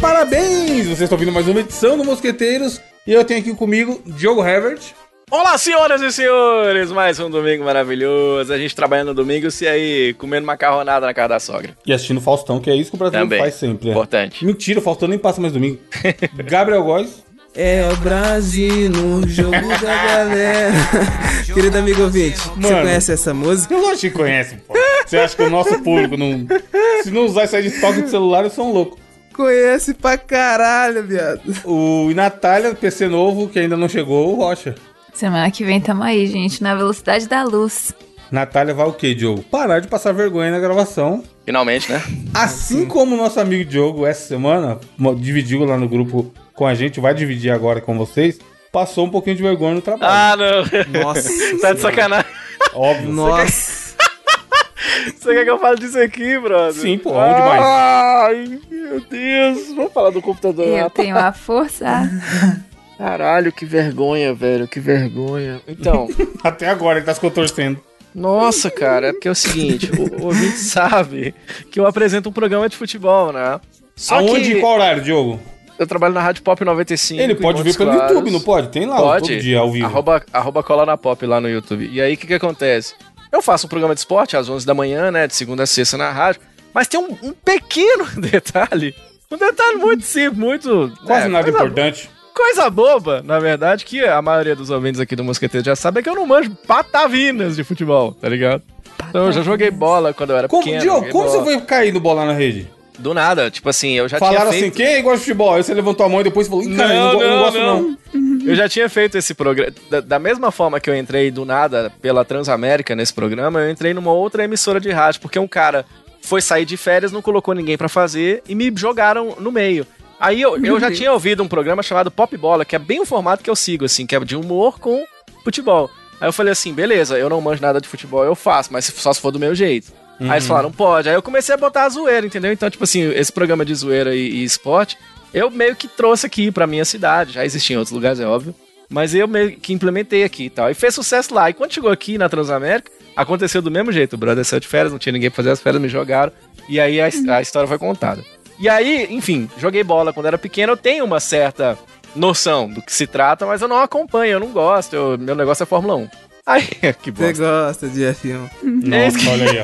Parabéns! Vocês estão ouvindo mais uma edição do Mosqueteiros e eu tenho aqui comigo Diogo Herbert. Olá, senhoras e senhores! Mais um domingo maravilhoso. A gente trabalhando no domingo e aí, comendo macarronada na casa da sogra. E assistindo Faustão, que é isso que o brasileiro Também. faz sempre. É. Importante. Mentira, o Faustão nem passa mais domingo. Gabriel Góes. É o Brasil no jogo da galera. Querido amigo ouvinte, Mano. você conhece essa música? Eu lógico que conhece, pô. Você acha que o nosso público não. Se não usar isso aí de toque de celular, eu sou um louco. Conhece pra caralho, viado. O e Natália, PC novo, que ainda não chegou, o Rocha. Semana que vem tamo aí, gente, na velocidade da luz. Natália vai o quê, Diogo? Parar de passar vergonha na gravação. Finalmente, né? Assim como o nosso amigo Diogo, essa semana, mo- dividiu lá no grupo com a gente, vai dividir agora com vocês, passou um pouquinho de vergonha no trabalho. Ah, não. Nossa. tá de sacanagem. Óbvio. Nossa. Você quer que eu fale disso aqui, brother? Sim, pô, bom demais. Ai, meu Deus. Vamos falar do computador. Eu Nath. tenho a força. Caralho, que vergonha, velho. Que vergonha. Então... Até agora ele tá se contorcendo. Nossa, cara, é porque é o seguinte, o, o ouvinte sabe que eu apresento um programa de futebol, né? Só Aonde e que qual horário, Diogo? eu trabalho na Rádio Pop 95. ele em pode ver Montes pelo Claros. YouTube, não pode? Tem lá Pode. todo dia ao vivo. Arroba, arroba cola na pop lá no YouTube. E aí, o que que acontece? Eu faço um programa de esporte às 11 da manhã, né, de segunda a sexta na rádio, mas tem um, um pequeno detalhe, um detalhe muito simples, muito... Quase é, nada coisa importante. Coisa boba, na verdade, que a maioria dos ouvintes aqui do Mosqueteiro já sabe é que eu não manjo patavinas de futebol, tá ligado? Então eu já joguei bola quando eu era Como, pequeno. Diogo, joguei como você bola. foi cair no bola na rede? Do nada, tipo assim, eu já Falaram tinha assim, feito... quem é que gosta de futebol? Aí você levantou a mão e depois falou, "Ih, cara, eu não, go- eu não gosto não. Eu já tinha feito esse programa. Da, da mesma forma que eu entrei do nada pela Transamérica nesse programa, eu entrei numa outra emissora de rádio, porque um cara foi sair de férias, não colocou ninguém pra fazer e me jogaram no meio. Aí eu, eu já tinha ouvido um programa chamado Pop Bola, que é bem o formato que eu sigo, assim, que é de humor com futebol. Aí eu falei assim, beleza, eu não manjo nada de futebol, eu faço, mas se- só se for do meu jeito. Aí eles falaram, pode. Aí eu comecei a botar a zoeira, entendeu? Então, tipo assim, esse programa de zoeira e, e esporte, eu meio que trouxe aqui pra minha cidade. Já existia em outros lugares, é óbvio. Mas eu meio que implementei aqui e tal. E fez sucesso lá. E quando chegou aqui na Transamérica, aconteceu do mesmo jeito. O brother saiu de férias, não tinha ninguém pra fazer as férias, me jogaram. E aí a, his- a história foi contada. E aí, enfim, joguei bola quando era pequeno. Eu tenho uma certa noção do que se trata, mas eu não acompanho, eu não gosto. eu- meu negócio é Fórmula 1. Aí, que bom. Você gosta de F1. Nossa, olha aí,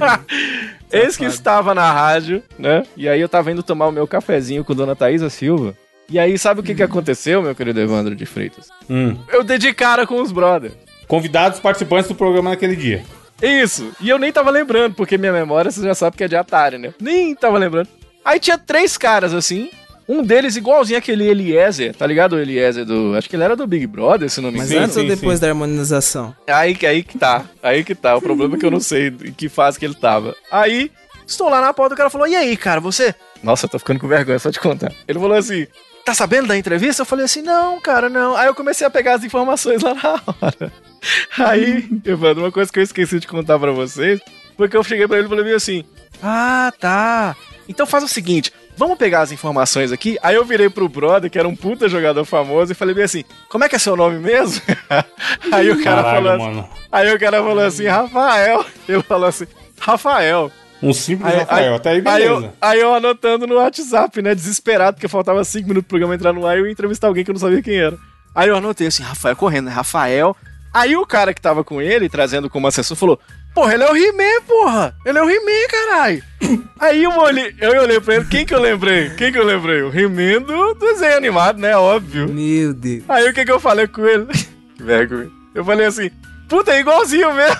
ó. É. Eis que Safado. estava na rádio, né? E aí eu tava indo tomar o meu cafezinho com Dona Thaisa Silva. E aí, sabe o que, que aconteceu, meu querido Evandro de Freitas? Hum. Eu dei de cara com os brothers. Convidados participantes do programa naquele dia. Isso. E eu nem tava lembrando, porque minha memória, você já sabe que é de Atari, né? Nem tava lembrando. Aí tinha três caras, assim. Um deles igualzinho aquele Eliezer, tá ligado? O Eliezer do... Acho que ele era do Big Brother, se não me Mas engano. Sim, antes sim, ou depois da harmonização? Aí, que- aí que tá, aí que tá. O problema é que eu não sei em que fase que ele tava. Aí, estou lá na porta, o cara falou: E aí, cara, você. Nossa, eu tô ficando com vergonha, só de contar. Ele falou assim: Tá sabendo da entrevista? Eu falei assim: Não, cara, não. Aí eu comecei a pegar as informações lá na hora. Aí, Evandro, uma coisa que eu esqueci de contar pra vocês foi que eu cheguei pra ele e falei meio assim: Ah, tá. Então faz o seguinte, vamos pegar as informações aqui. Aí eu virei pro brother, que era um puta jogador famoso, e falei bem assim: Como é que é seu nome mesmo? Aí o cara Caralho, falou assim. mano. Aí o cara falou assim, Rafael. Ele falou assim, Rafael. Um simples Aí, Rafael, aí- até aí Aí beleza. eu, aí eu anotando no WhatsApp, né? Desesperado, porque faltava cinco minutos pro programa entrar no ar e eu ia entrevistar alguém que eu não sabia quem era. Aí eu anotei assim, Rafael correndo, né? Rafael. Aí o cara que tava com ele, trazendo como assessor, falou: Porra, ele é o He-Man, porra! Ele é o He-Man, caralho! Aí eu olhei, eu olhei pra ele, quem que eu lembrei? Quem que eu lembrei? O He-Man do do desenho animado, né? Óbvio. Meu Deus. Aí o que que eu falei com ele? Que vergonha. Eu falei assim, puta, é igualzinho mesmo.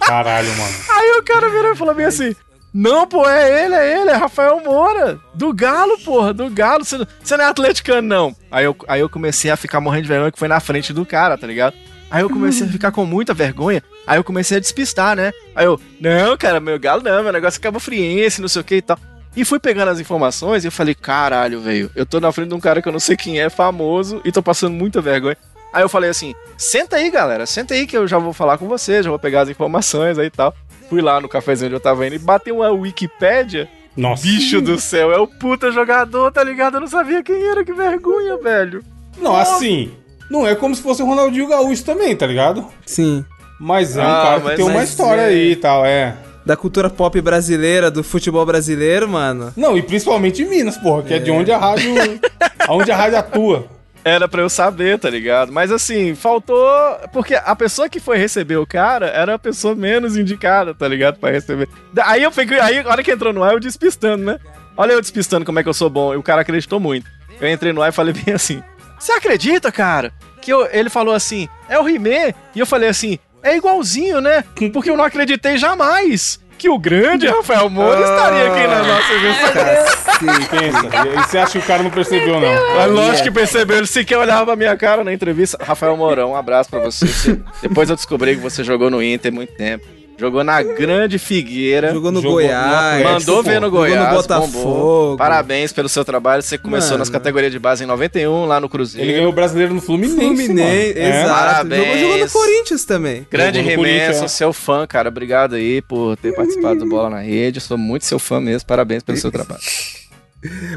Caralho, mano. Aí o cara virou e falou bem assim, não, pô, é ele, é ele, é Rafael Moura. Do Galo, porra, do Galo. Você não, você não é atleticano, não. Aí eu, aí eu comecei a ficar morrendo de vergonha que foi na frente do cara, tá ligado? Aí eu comecei a ficar com muita vergonha, aí eu comecei a despistar, né? Aí eu, não, cara, meu galo não, meu negócio acaba friense, não sei o que e tal. E fui pegando as informações e eu falei, caralho, velho, eu tô na frente de um cara que eu não sei quem é, famoso, e tô passando muita vergonha. Aí eu falei assim, senta aí, galera, senta aí que eu já vou falar com vocês, já vou pegar as informações aí e tal. Fui lá no cafezinho onde eu tava indo e bateu uma Wikipédia. Nossa. Bicho do céu, é o puta jogador, tá ligado? Eu não sabia quem era, que vergonha, velho. Não, assim, não é como se fosse o Ronaldinho Gaúcho também, tá ligado? Sim. Mas é um Ah, cara que mas- tem uma mas história é- aí e tal, é. da cultura pop brasileira, do futebol brasileiro, mano. Não, e principalmente em Minas, porra, que é, de onde a rádio. aonde a rádio atua. Era pra eu saber, tá ligado? Mas assim, faltou. Porque a pessoa que foi receber o cara era a pessoa menos indicada, tá ligado? Pra receber. Da- Aí eu fiquei. Aí, a hora que entrou no ar, eu despistando, né? Olha eu despistando como é que eu sou bom. E o cara acreditou muito. Eu entrei no ar e falei bem assim: Você acredita, cara? Que eu- ele falou assim: É o Rimé? E eu falei assim: É igualzinho, né? Porque eu não acreditei jamais que o grande Rafael Moura estaria aqui na nossa emissora. Pensa. E aí você acha que o cara não percebeu, não? Mas É lógico que percebeu, ele sequer olhava pra minha cara na entrevista. Rafael Mourão, um abraço pra você. Você- Depois eu descobri que você jogou no Inter muito tempo. Jogou na Grande Figueira. Jogou no Jogou no Goiás. Atlético, Mandou ver no jogou Goiás. bombou. Botafogo. Parabéns pelo seu trabalho. Você começou Mano. nas categorias de base em 91, lá no Cruzeiro. Ele ganhou o brasileiro no Fluminense. Fluminense, mano. É. exato. Jogou, Parabéns. jogou no Corinthians também. Grande Jogou no Corinthians, remesso, né? seu fã, cara. Obrigado aí por ter participado do Bola na Rede. Sou muito seu fã mesmo. Parabéns pelo seu trabalho.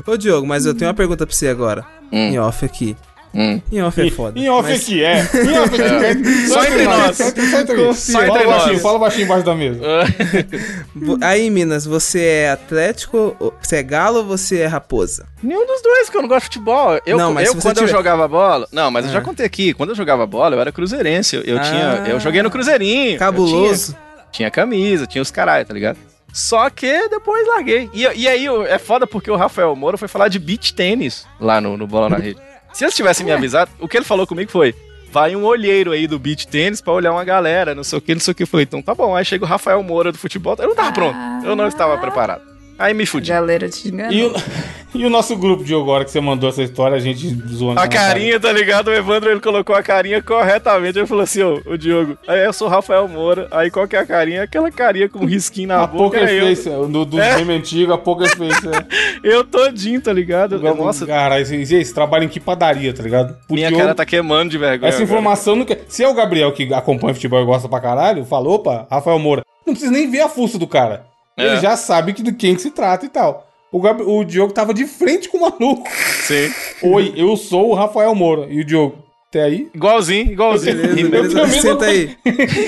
Ô, Diogo, mas eu tenho uma pergunta pra você agora. Em off aqui. Hum. Em off é foda. Em off Mas- aqui, é. Em off aqui. Só entre nós. Só entre nós. Só entre Fala nós. baixinho, fala baixinho embaixo da mesa. Hum. Vo- Aí, Minas, você é Atlético, ou- você é Galo ou você é Raposa? Nenhum dos dois, que eu não gosto de futebol. Eu, Não, mas eu se você quando eu tiver- É. jogava bola. Não, mas eu já contei aqui. Quando eu jogava bola, eu era cruzeirense. Eu, eu Ah. tinha. Eu joguei no Cruzeirinho. eu Cabuloso. Tinha, tinha camisa, tinha os caralho, tá ligado? Só que depois larguei. E, e aí eu- é foda porque o Rafael Moura foi falar de beach tênis lá no, no Bola na Rede. Se eles tivessem me avisado, o que ele falou comigo foi. Vai um olheiro aí do beach tênis pra olhar uma galera, não sei o que, não sei o que. Eu falei, então tá bom. Aí chega o Rafael Moura do futebol. Eu não tava pronto. Eu não estava preparado. Aí me fudi. A galera te enganou. E o, e o nosso grupo de agora que você mandou essa história, a gente zoando. A na carinha, tá ligado? O Evandro ele colocou a carinha corretamente. Ele falou assim: Ô, o Diogo, aí eu sou o Rafael Moura. Aí qual que é a carinha? Aquela carinha com risquinho na A boca. Poker Era eu, É. Face, é, do, do meme antigo, a Poker Face. É. eu todinho, tá ligado? Nossa, Caralho, vocês, vocês trabalham em que padaria, tá ligado? O minha Diogo- cara tá queimando de vergonha. Essa agora. informação não quer. Se é o Gabriel que acompanha futebol e gosta pra caralho, falou, opa, Rafael Moura. Não precisa nem ver a fuça do cara. É. Ele já sabe que, de quem que se trata e tal. O, Gab- o Diogo tava de frente com o maluco. Sim. Oi, eu sou o Rafael Moura. E o Diogo, até aí? Igualzinho, igualzinho. Beleza, beleza. também não Senta aí.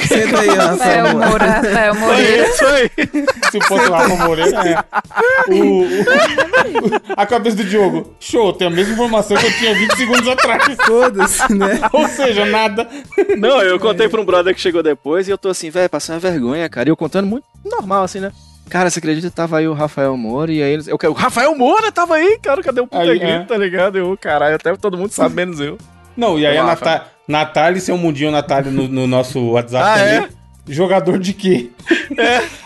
Senta aí, Rafael. Rafael Moura, Rafael Foi Moreira. isso aí. Se fosse lá Rafa Moreira, é. O- o- a cabeça do Diogo. Show, tem a mesma informação que eu tinha 20 segundos atrás. Foda-se, né? Ou seja, nada. Não, eu contei pra um brother que chegou depois e eu tô assim, velho, passando vergonha, cara. E eu contando muito normal, assim, né? Cara, você acredita que tava aí o Rafael Moura e aí eles. Eu, quero- o Rafael Moura tava aí, cara, cadê o puta Aí, grito, é. tá ligado? Eu, caralho, até todo mundo sabe, menos eu. Não, e aí a Vamos lá, Natália, Natália e seu mundinho Natália no, no nosso WhatsApp Ah, também. Jogador de quê?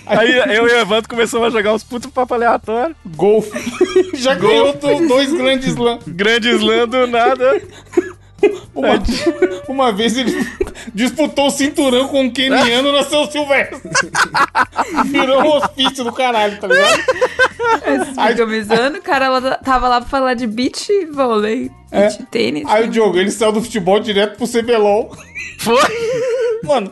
Aí eu e o Evandro começamos a jogar uns putos papo aleatório. Golfe. Já ganhou do- dois grandes slams. Grande slam do nada. Uma, uma vez ele disputou o cinturão com um keniano na São Silvestre. Virou um hospício do caralho, tá ligado? Ai. Economizando, o cara lá- tava lá pra falar de beach vôlei, beach tênis. Aí o Diogo, ele saiu do futebol direto pro CBLOL. Foi. Mano,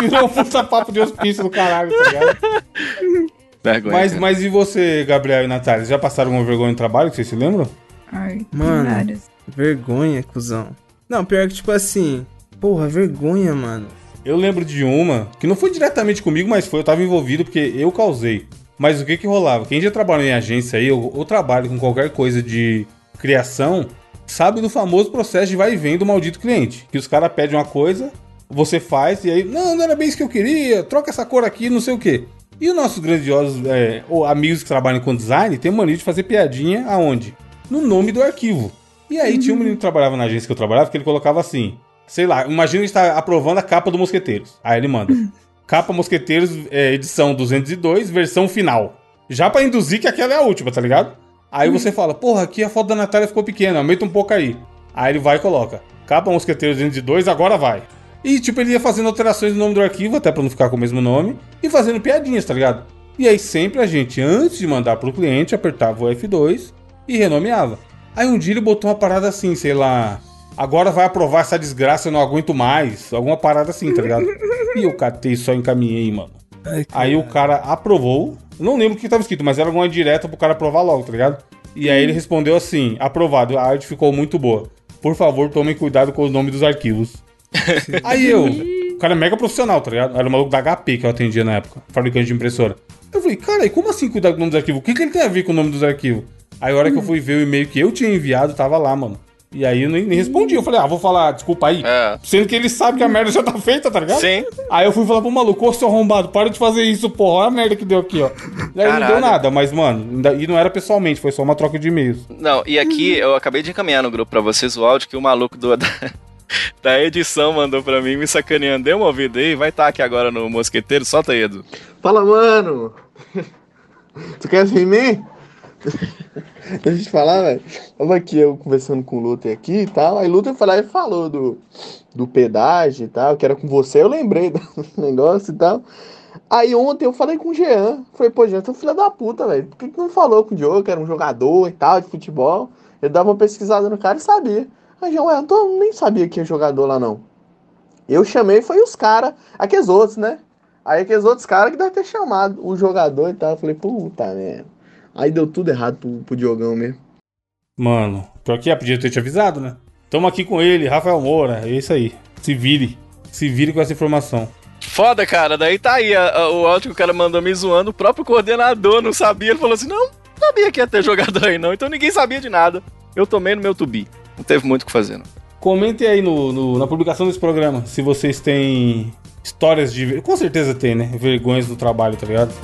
virou um puta papo de hospício do caralho, tá ligado? Vergonha. Mas, mas e você, Gabriel e Natália? Já passaram uma vergonha no trabalho, que vocês se lembram? Ai, tem Mano. vários. Vergonha, cuzão. Não, pior que, tipo assim... Porra, vergonha, mano. Eu lembro de uma, que não foi diretamente comigo, mas foi, eu tava envolvido porque eu causei. Mas o que que rolava? Quem já trabalhou em agência aí, ou, ou trabalha com qualquer coisa de criação, sabe do famoso processo de vai e vem do maldito cliente. Que os caras pedem uma coisa, você faz, e aí, não, não era bem isso que eu queria, troca essa cor aqui, não sei o quê. E os nossos grandiosos é, ou amigos que trabalham com design têm mania de fazer piadinha aonde? No nome do arquivo. E aí tinha um menino que trabalhava na agência que eu trabalhava, que ele colocava assim, sei lá, imagina a gente tá aprovando a capa do Mosqueteiros. Aí ele manda, capa Mosqueteiros, é, edição 202, versão final. Já pra induzir que aquela é a última, tá ligado? Aí você fala, porra, aqui a foto da Natália ficou pequena, aumenta um pouco aí. Aí ele vai e coloca, capa Mosqueteiros 202, agora vai. E tipo, ele ia fazendo alterações no nome do arquivo, até pra não ficar com o mesmo nome, e fazendo piadinhas, tá ligado? E aí sempre a gente, antes de mandar pro cliente, apertava o F2 e renomeava. Aí um dia ele botou uma parada assim, sei lá. Agora vai aprovar essa desgraça, eu não aguento mais. Alguma parada assim, tá ligado? e eu catei só encaminhei, mano. Ai, Aí o cara aprovou. Eu não lembro o que tava escrito, mas era alguma direta pro cara aprovar logo, tá ligado? E aí ele respondeu assim: aprovado, a arte ficou muito boa. Por favor, tomem cuidado com o nome dos arquivos. aí eu. cara é mega profissional, tá ligado? Era o maluco da HP que eu atendia na época, fabricante de impressora. Eu falei, cara, e como assim cuidar do nome dos arquivos? O que, que ele tem a ver com o nome dos arquivos? Aí a hora que eu fui ver o e-mail que eu tinha enviado, tava lá, mano. E aí eu nem, nem respondi. Eu falei, ah, vou falar, desculpa aí. É. Sendo que ele sabe que a merda já tá feita, tá ligado? Sim. Aí eu fui falar pro maluco, ô seu arrombado, para de fazer isso, porra. Olha a merda que deu aqui, ó. E aí não Caralho. deu nada, mas, mano, ainda- e não era pessoalmente, foi só uma troca de e-mails. Não, e aqui eu acabei de encaminhar no grupo pra vocês o áudio que o maluco do, da, da edição mandou pra mim, me sacaneando. Deu uma ouvida aí, vai estar aqui agora no Mosqueteiro, solta aí, Edu. Fala, mano! Tu quer vir em mim? Deixa eu te falar, velho. Tava aqui eu conversando com o Luther aqui e tal. Aí o Luther foi lá e falou do, do pedágio e tal, que era com você. Eu lembrei do negócio e tal. Aí ontem eu falei com o Jean. Falei, pô, Jean, tu é um filho da puta, velho. Por que, que não falou com o Diogo, que era um jogador e tal, de futebol? Eu dava uma pesquisada no cara e sabia. Aí, Jean, ué, eu tô- nem sabia que é jogador lá, não. Eu chamei, foi os caras, aqueles outros, né? Aí aqueles outros caras que devem ter chamado o jogador e tal. Eu falei, puta merda. Aí deu tudo errado pro, pro Diogão mesmo. Mano, pior que é, podia ter te avisado, né? Tamo aqui com ele, Rafael Moura, é isso aí. Se vire. Se vire com essa informação. Foda, cara, daí tá aí a- a- o áudio que o cara mandou me zoando, o próprio coordenador não sabia, ele falou assim, não, sabia que ia ter jogador aí não, então ninguém sabia de nada. Eu tomei no meu tubi, não teve muito o que fazer, não. Comentem aí no, no- na publicação desse programa se vocês têm histórias de. ver- Com certeza tem, né? Vergonhas do trabalho, tá ligado?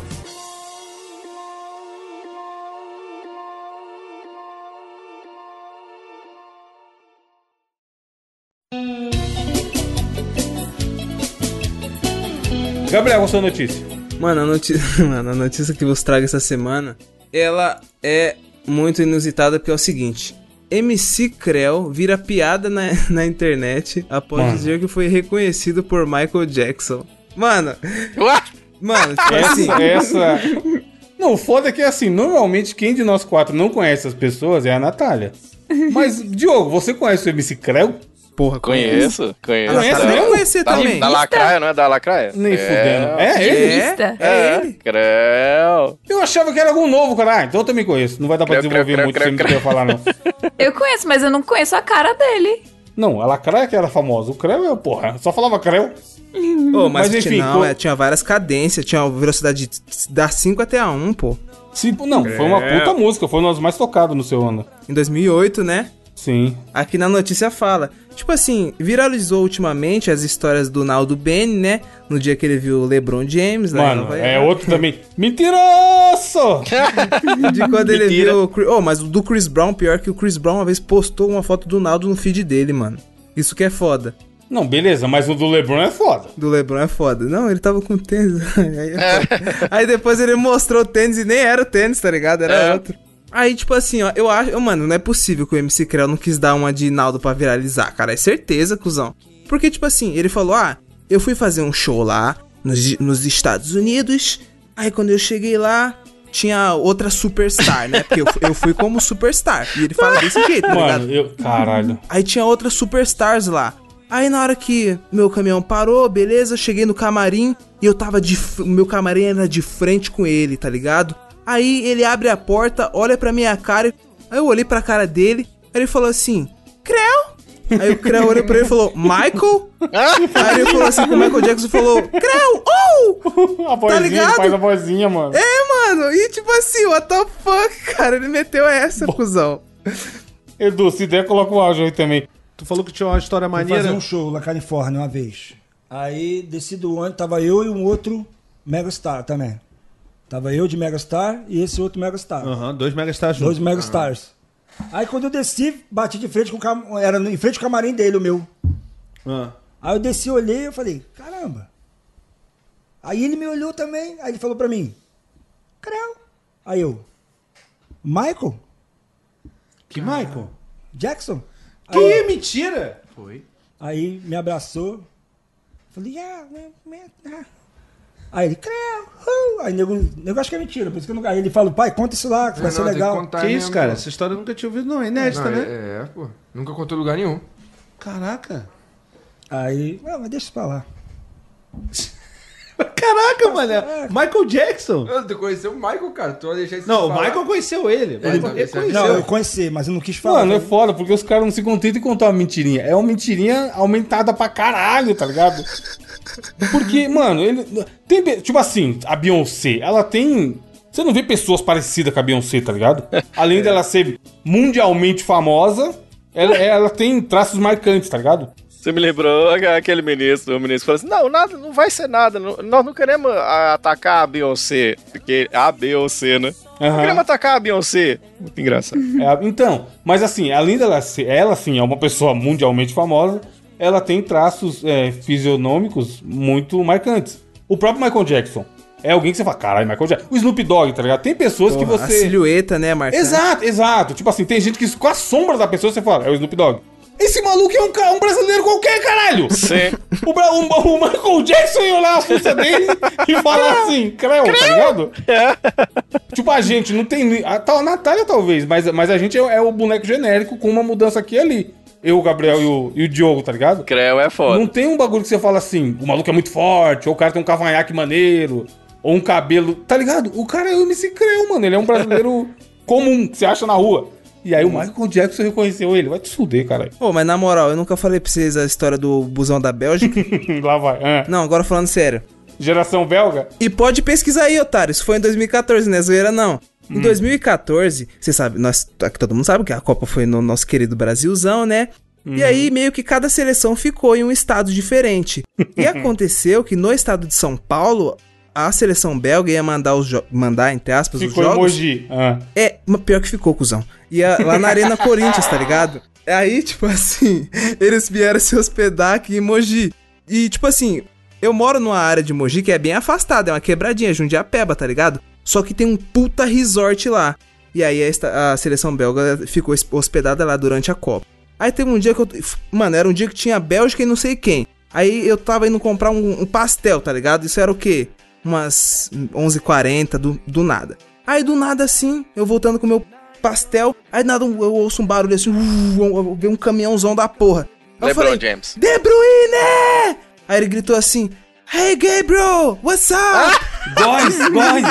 Gabriel, qual a sua notícia? Mano, a notícia, mano, a notícia que vos trago essa semana, ela é muito inusitada porque é o seguinte. MC Krell vira piada na, na internet após Mano. dizer que foi reconhecido por Michael Jackson. Mano, mano, tipo É? assim, Essa, essa. Não, o foda é que é assim, normalmente quem de nós quatro não conhece as pessoas é a Natália. Mas, Diogo, você conhece o MC Creu? porra, Conheço, Tá, A conheço. Conhece Natália mesmo? deve conhecer Da, também. da Lacraia, não é da Lacraia? Nem é, Ah, fudendo. É ele? Pianista? É, é ele. Creu. Eu achava que era algum novo, cara. Ah, então eu também conheço. Não vai dar pra Creu, desenvolver creu, muito creu, sem o que eu creu, ia falar, não. Eu conheço, mas eu não conheço a cara dele. Não, a Lacraia que era famosa. O Creu é, porra. Só falava Creu. Ô, Mas, mas, ti- enfim, não, co- é, tinha várias cadências, tinha uma velocidade de- da 5 até a 1, pô. Sim, pô, não, foi uma É. puta música. Foi uma das mais tocadas no seu ano. Em 2008, né? Sim. Aqui na notícia fala. Tipo assim, viralizou ultimamente as histórias do Naldo Bene, né? No dia que ele viu o LeBron James. lá em Mano, Nova é York. outro também. Mentiroso! De quando ele Mentira. viu. o Chris- Oh, mas o do Chris Brown, pior que o Chris Brown uma vez postou uma foto do Naldo no feed dele, mano. Isso que é foda. Não, beleza, mas o do Lebron é foda. É. Do LeBron é foda. Não, ele tava com tênis. Aí, é aí depois ele mostrou o tênis e nem era o tênis, tá ligado? Era É. outro. Aí, tipo assim, ó, eu acho. eu, Mano, não é possível que o MC Creu não quis dar uma de Naldo pra viralizar, cara. É certeza, cuzão. Porque, tipo assim, ele falou: ah, eu fui fazer um show lá nos, nos Estados Unidos. Aí quando eu cheguei lá, tinha outra superstar, né? Porque eu, eu fui como superstar. E ele fala desse jeito, tá ligado? Mano, eu. Caralho. Aí tinha outras superstars lá. Aí na hora que meu caminhão parou, beleza, cheguei no camarim e eu tava de. f- o Meu camarim era de frente com ele, tá ligado? Aí ele abre a porta, olha pra minha cara. e- Aí eu olhei pra cara dele, aí ele falou assim: Creu! Aí o Creu olhou pra ele e falou: Michael? Aí ele falou assim: com o Michael Jackson e falou: Creu! Oh! A vozinha, ele ligado? faz a vozinha, mano. É, mano, e tipo assim, what the fuck, cara? Ele meteu essa, cuzão. Edu, se der, coloca o áudio aí também. Tu falou que tinha uma história Fui maneira. fazer um show na Califórnia uma vez. Aí desci do ônibus, tava eu e um outro megastar também. Tava eu de megastar e esse outro megastar. Aham, dois megastars Dois juntos. megastars. Aí quando eu desci, bati de frente com o cam... era em frente ao camarim dele o meu. Ah. Aí eu desci, olhei, eu falei: "Caramba". Aí ele me olhou também, aí ele falou pra mim: "Creu". Aí eu: "Michael Ah, Que Michael? Jackson". Que Aí- mentira! Foi. Aí me abraçou. Falei, ah, me- me- ah." Aí ele, creu, uh. Aí o nego, o nego acha que é mentira, por isso que eu não. Aí ele fala, pai, conta isso lá, que vai ser Não, tem que legal. contar que mesmo, isso, cara? pô. Essa história eu nunca tinha ouvido, não. É inédita, Não, né? é, é, pô. Nunca contou em lugar nenhum. Caraca. Aí, ah, mas deixa isso pra lá. Caraca, mano. é Michael Jackson. Eu- Tu conheceu o Michael, cara. Tu vai deixar isso Não, o falar. Michael conheceu ele. Ele- Michael- ele conheceu. Não, eu conheci, é mas eu não quis falar. Mano, é foda, porque os caras não se contentam em contar uma mentirinha. É uma mentirinha aumentada pra caralho, tá ligado? Porque, mano, ele. Tem, pe- tipo assim, a Beyoncé, ela tem. Você não vê pessoas parecidas com a Beyoncé, tá ligado? Além dela ser mundialmente famosa, ela, ela tem traços marcantes, tá ligado? Você me lembrou aquele ministro, o ministro falou assim: não, nada, não vai ser nada. não- nós não queremos ah, atacar a Beyoncé. Porque a Beyoncé, né? Não Aham. queremos atacar a Beyoncé. Muito engraçado. É, então, mas assim, além dela ser, ela sim é uma pessoa mundialmente famosa, ela tem traços é, fisionômicos muito marcantes. O próprio Michael Jackson é alguém que você fala, caralho, Michael Jackson. O Snoop Dogg, tá ligado? Tem pessoas que A você. silhueta, né, Marcão? Exato, exato. Tipo assim, tem gente que com a sombra da pessoa você fala, é o Snoop Dogg. Esse maluco é um, ca- um brasileiro qualquer, caralho! Sim. O, Bra- o- o Michael Jackson ia olhar a fuça dele e falar assim, creu, tá ligado? Tipo, a gente não tem. A, tal- a Natália talvez, mas, mas a gente é, é o boneco genérico com uma mudança aqui e ali. Eu, o Gabriel e o, e o Diogo, tá ligado? Creu é foda. Não tem um bagulho que você fala assim, o maluco é muito forte, ou o cara tem um cavanhaque maneiro, ou um cabelo. Tá ligado? O cara é o MC Creu, mano. Ele é um brasileiro comum que você acha na rua. E aí o Michael Jackson reconheceu ele. Vai te fuder, caralho. Pô, mas na moral, eu nunca falei pra vocês a história do busão da Bélgica. Lá vai. ah. não, agora falando sério. Geração belga? E pode pesquisar aí, otário. Isso foi em 2014, né? Zoeira não. Em 2014, você sabe, nós, aqui todo mundo sabe que a Copa foi no nosso querido Brasilzão, né? E aí meio que cada seleção ficou em um estado diferente. E aconteceu que no estado de São Paulo, a seleção belga ia mandar os jo- mandar entre aspas Ficou os jogos. emoji. Ah. É, mas pior que ficou, cuzão. Ia lá na Arena Corinthians, tá ligado? Aí, tipo assim, eles vieram se hospedar aqui em Mogi. E, tipo assim, eu moro numa área de Mogi que é bem afastada, é uma quebradinha, Jundiapeba, tá ligado? Só que tem um puta resort lá. E aí a, esta- a seleção belga ficou es- hospedada lá durante a Copa. Aí teve um dia que eu. f- Mano, era um dia que tinha Bélgica e não sei quem. Aí eu tava indo comprar um, um pastel, tá ligado? Isso era o quê? Umas 11h40 do, do nada. Aí do nada assim, eu voltando com meu pastel. Aí do nada eu eu ouço um barulho assim. Uh, eu- eu vejo um caminhãozão da porra. Aí eu LeBron falei, James. De Bruyne! Aí ele gritou assim: Hey Gabriel, what's up? Góis, góis.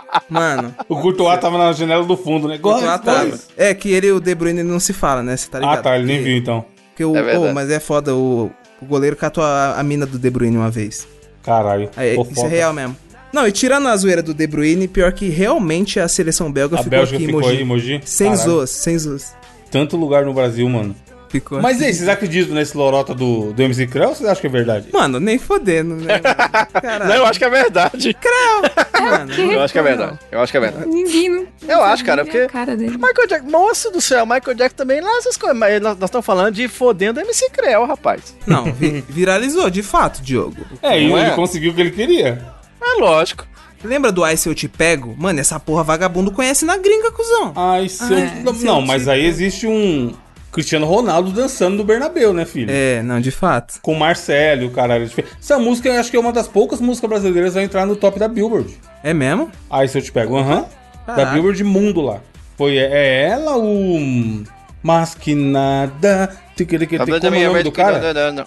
Ah! Mano, O Courtois tava na janela do fundo, né? Góis, lá tava. góis. É que ele e o De Bruyne não se fala, né? Você tá ligado? Ah, tá, ele nem Que- viu então. Porque o, É verdade. ô, mas é foda, o, o goleiro catou a, a mina do De Bruyne uma vez. Caralho. Aí, Pô, isso é foda. real mesmo. Não, e tirando a zoeira do De Bruyne, pior que realmente a seleção belga A ficou Bélgica aqui em ficou Mogi. aí, Mogi? Sem Caralho. zoas, sem zoas. Tanto lugar no Brasil, mano. Ficou. Mas e aí, vocês acreditam nesse lorota do, do MC Creu ou vocês acham que é verdade? Mano, nem fodendo, né? mano? Não, Caralho. eu acho que é verdade. mano. Eu acho que é verdade. Eu acho que é verdade. Ninguém não. não Eu acho, sabia cara, nem porque- A cara dele. Michael Jackson, moço do céu, Michael Jackson também lá essas coisas. Mas nós nós estamos falando de fodendo MC Creu, rapaz. Não, vi- viralizou, de fato, Diogo. É, e Não é? ele conseguiu o que ele queria. É lógico. Lembra do Ai Se Eu Te Pego? Mano, essa porra vagabundo conhece na gringa, cuzão. Ai, seu. é, não, seu não, mas tipo. aí existe um Cristiano Ronaldo dançando no Bernabéu, né, filho? É, não, de fato. Com Marcelo, e o caralho. é Essa música eu acho que é uma das poucas músicas brasileiras a entrar no top da Billboard. É mesmo? Aí se eu te pego, aham. Da Caraca. Billboard Mundo lá. Foi é, é ela o. Mas que nada. tiquiriquiti- Como é o nome do cara?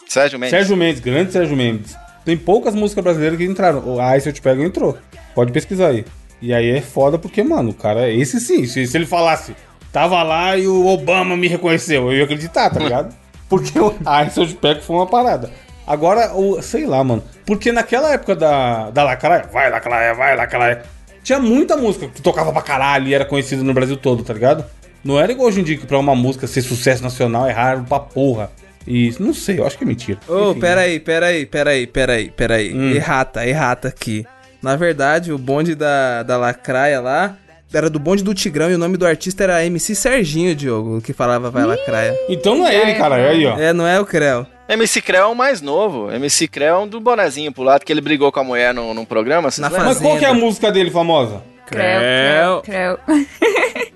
Sérgio Mendes. Sérgio Mendes, grande Sérgio Mendes. Tem poucas músicas brasileiras que entraram. O Aí se eu te pego entrou. Pode pesquisar aí. E aí é foda porque, mano, o cara, esse sim. Se, se ele falasse, tava lá e o Obama me reconheceu, eu ia acreditar, tá ligado? Porque o Aí se eu te pego foi uma parada. Agora, o, sei lá, mano. Porque naquela época da, da Lacraia, vai Lacraia, vai Lacraia. Tinha muita música que tocava pra caralho e era conhecida no Brasil todo, tá ligado? Não era igual hoje em dia que pra uma música ser sucesso nacional é raro pra porra. E não sei, eu acho que é mentira. Ô, Enfim. peraí, peraí, peraí, peraí, peraí. Errata, errata aqui. Na verdade, o bonde da, da Lacraia lá era do bonde do Tigrão e o nome do artista era MC Serginho, Diogo, que falava Vai Lacraia. Então não é ele, cara. É aí, ó. né? É, não é o Creu. MC Creu é o mais novo. MC Creu é um do bonezinho pro lado, que ele brigou com a mulher num, num programa. vocês Na lembram? Mas qual que é a música dele famosa? Creu, creu, creu.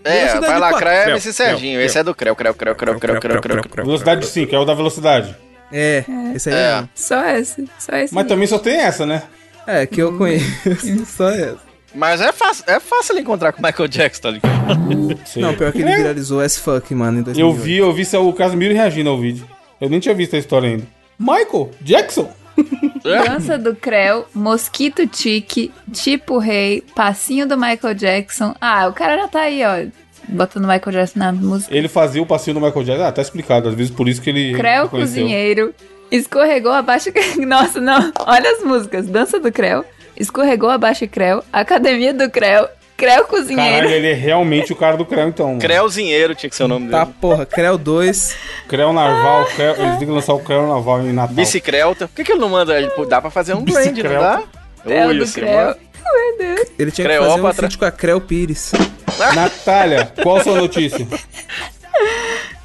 É, Velocidade vai lá, quatro. Creu é Creu, MC Serginho. Esse é do Creu, Creu, Creu, Creu, Creu, Creu, Creu. Creu. Velocidade 5, é o da velocidade. É, esse aí É. é. Só esse. Só esse. Mas também só tem essa, né? É, que eu conheço. Só essa. Mas é fácil, é fácil ele encontrar com o Michael Jackson, tá ligado? Sei. Não, pior que ele viralizou as fuck, mano, em é 2008. Eu vi, eu vi o Casimiro reagindo ao vídeo. Eu nem tinha visto a história ainda. Michael Jackson? Dança do Creu, Mosquito Tique, Tipo Rei, Passinho do Michael Jackson. Ah, o cara já tá aí, ó. Botando Michael Jackson na música. Ele fazia o passeio do Michael Jackson. Ah, tá explicado. Às vezes por isso que ele. Creu reconheceu. Cozinheiro, Escorregou Abaixo. Nossa, não. Olha as músicas. Dança do Creu, Escorregou Abaixo Creu, Academia do Creu, Creu Cozinheiro. Caralho, ele é realmente o cara do Creu, então. mano. Creuzinheiro tinha que ser o nome Tá, dele. porra, Creu 2. Creu Narval, Creu... eles têm que lançar o Creu Narval em Natal. Bicicreta. tá- Por que, que ele não manda? Ele, pô, dá pra fazer um brand, não dá? é é Creu Ui, do você Creu. manda- Meu Deus. Ele tinha que fazer um Cleópatra. feat com a Creu Pires. Natália, qual a sua notícia?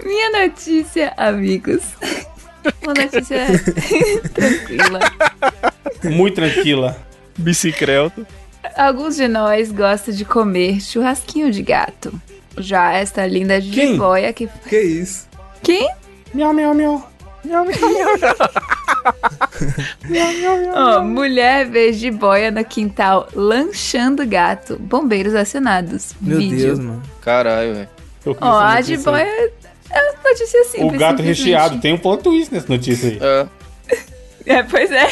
Minha notícia, amigos. Uma notícia tranquila. Muito tranquila. Bicicreta. Alguns de nós gostam de comer churrasquinho de gato. Já esta linda Quem? jiboia que. Que isso? Quem? Miau, miau, miau. Ah, Ó, Ah, mulher vê jiboia no quintal lanchando gato. Bombeiros acionados. Meu Vídeo. Deus, mano. Caralho, velho. Eu quis Ó, essa a notícia jiboia aí. é uma notícia O simples. gato simplesmente. recheado. Tem um plot twist nessa notícia aí. É. É, pois é.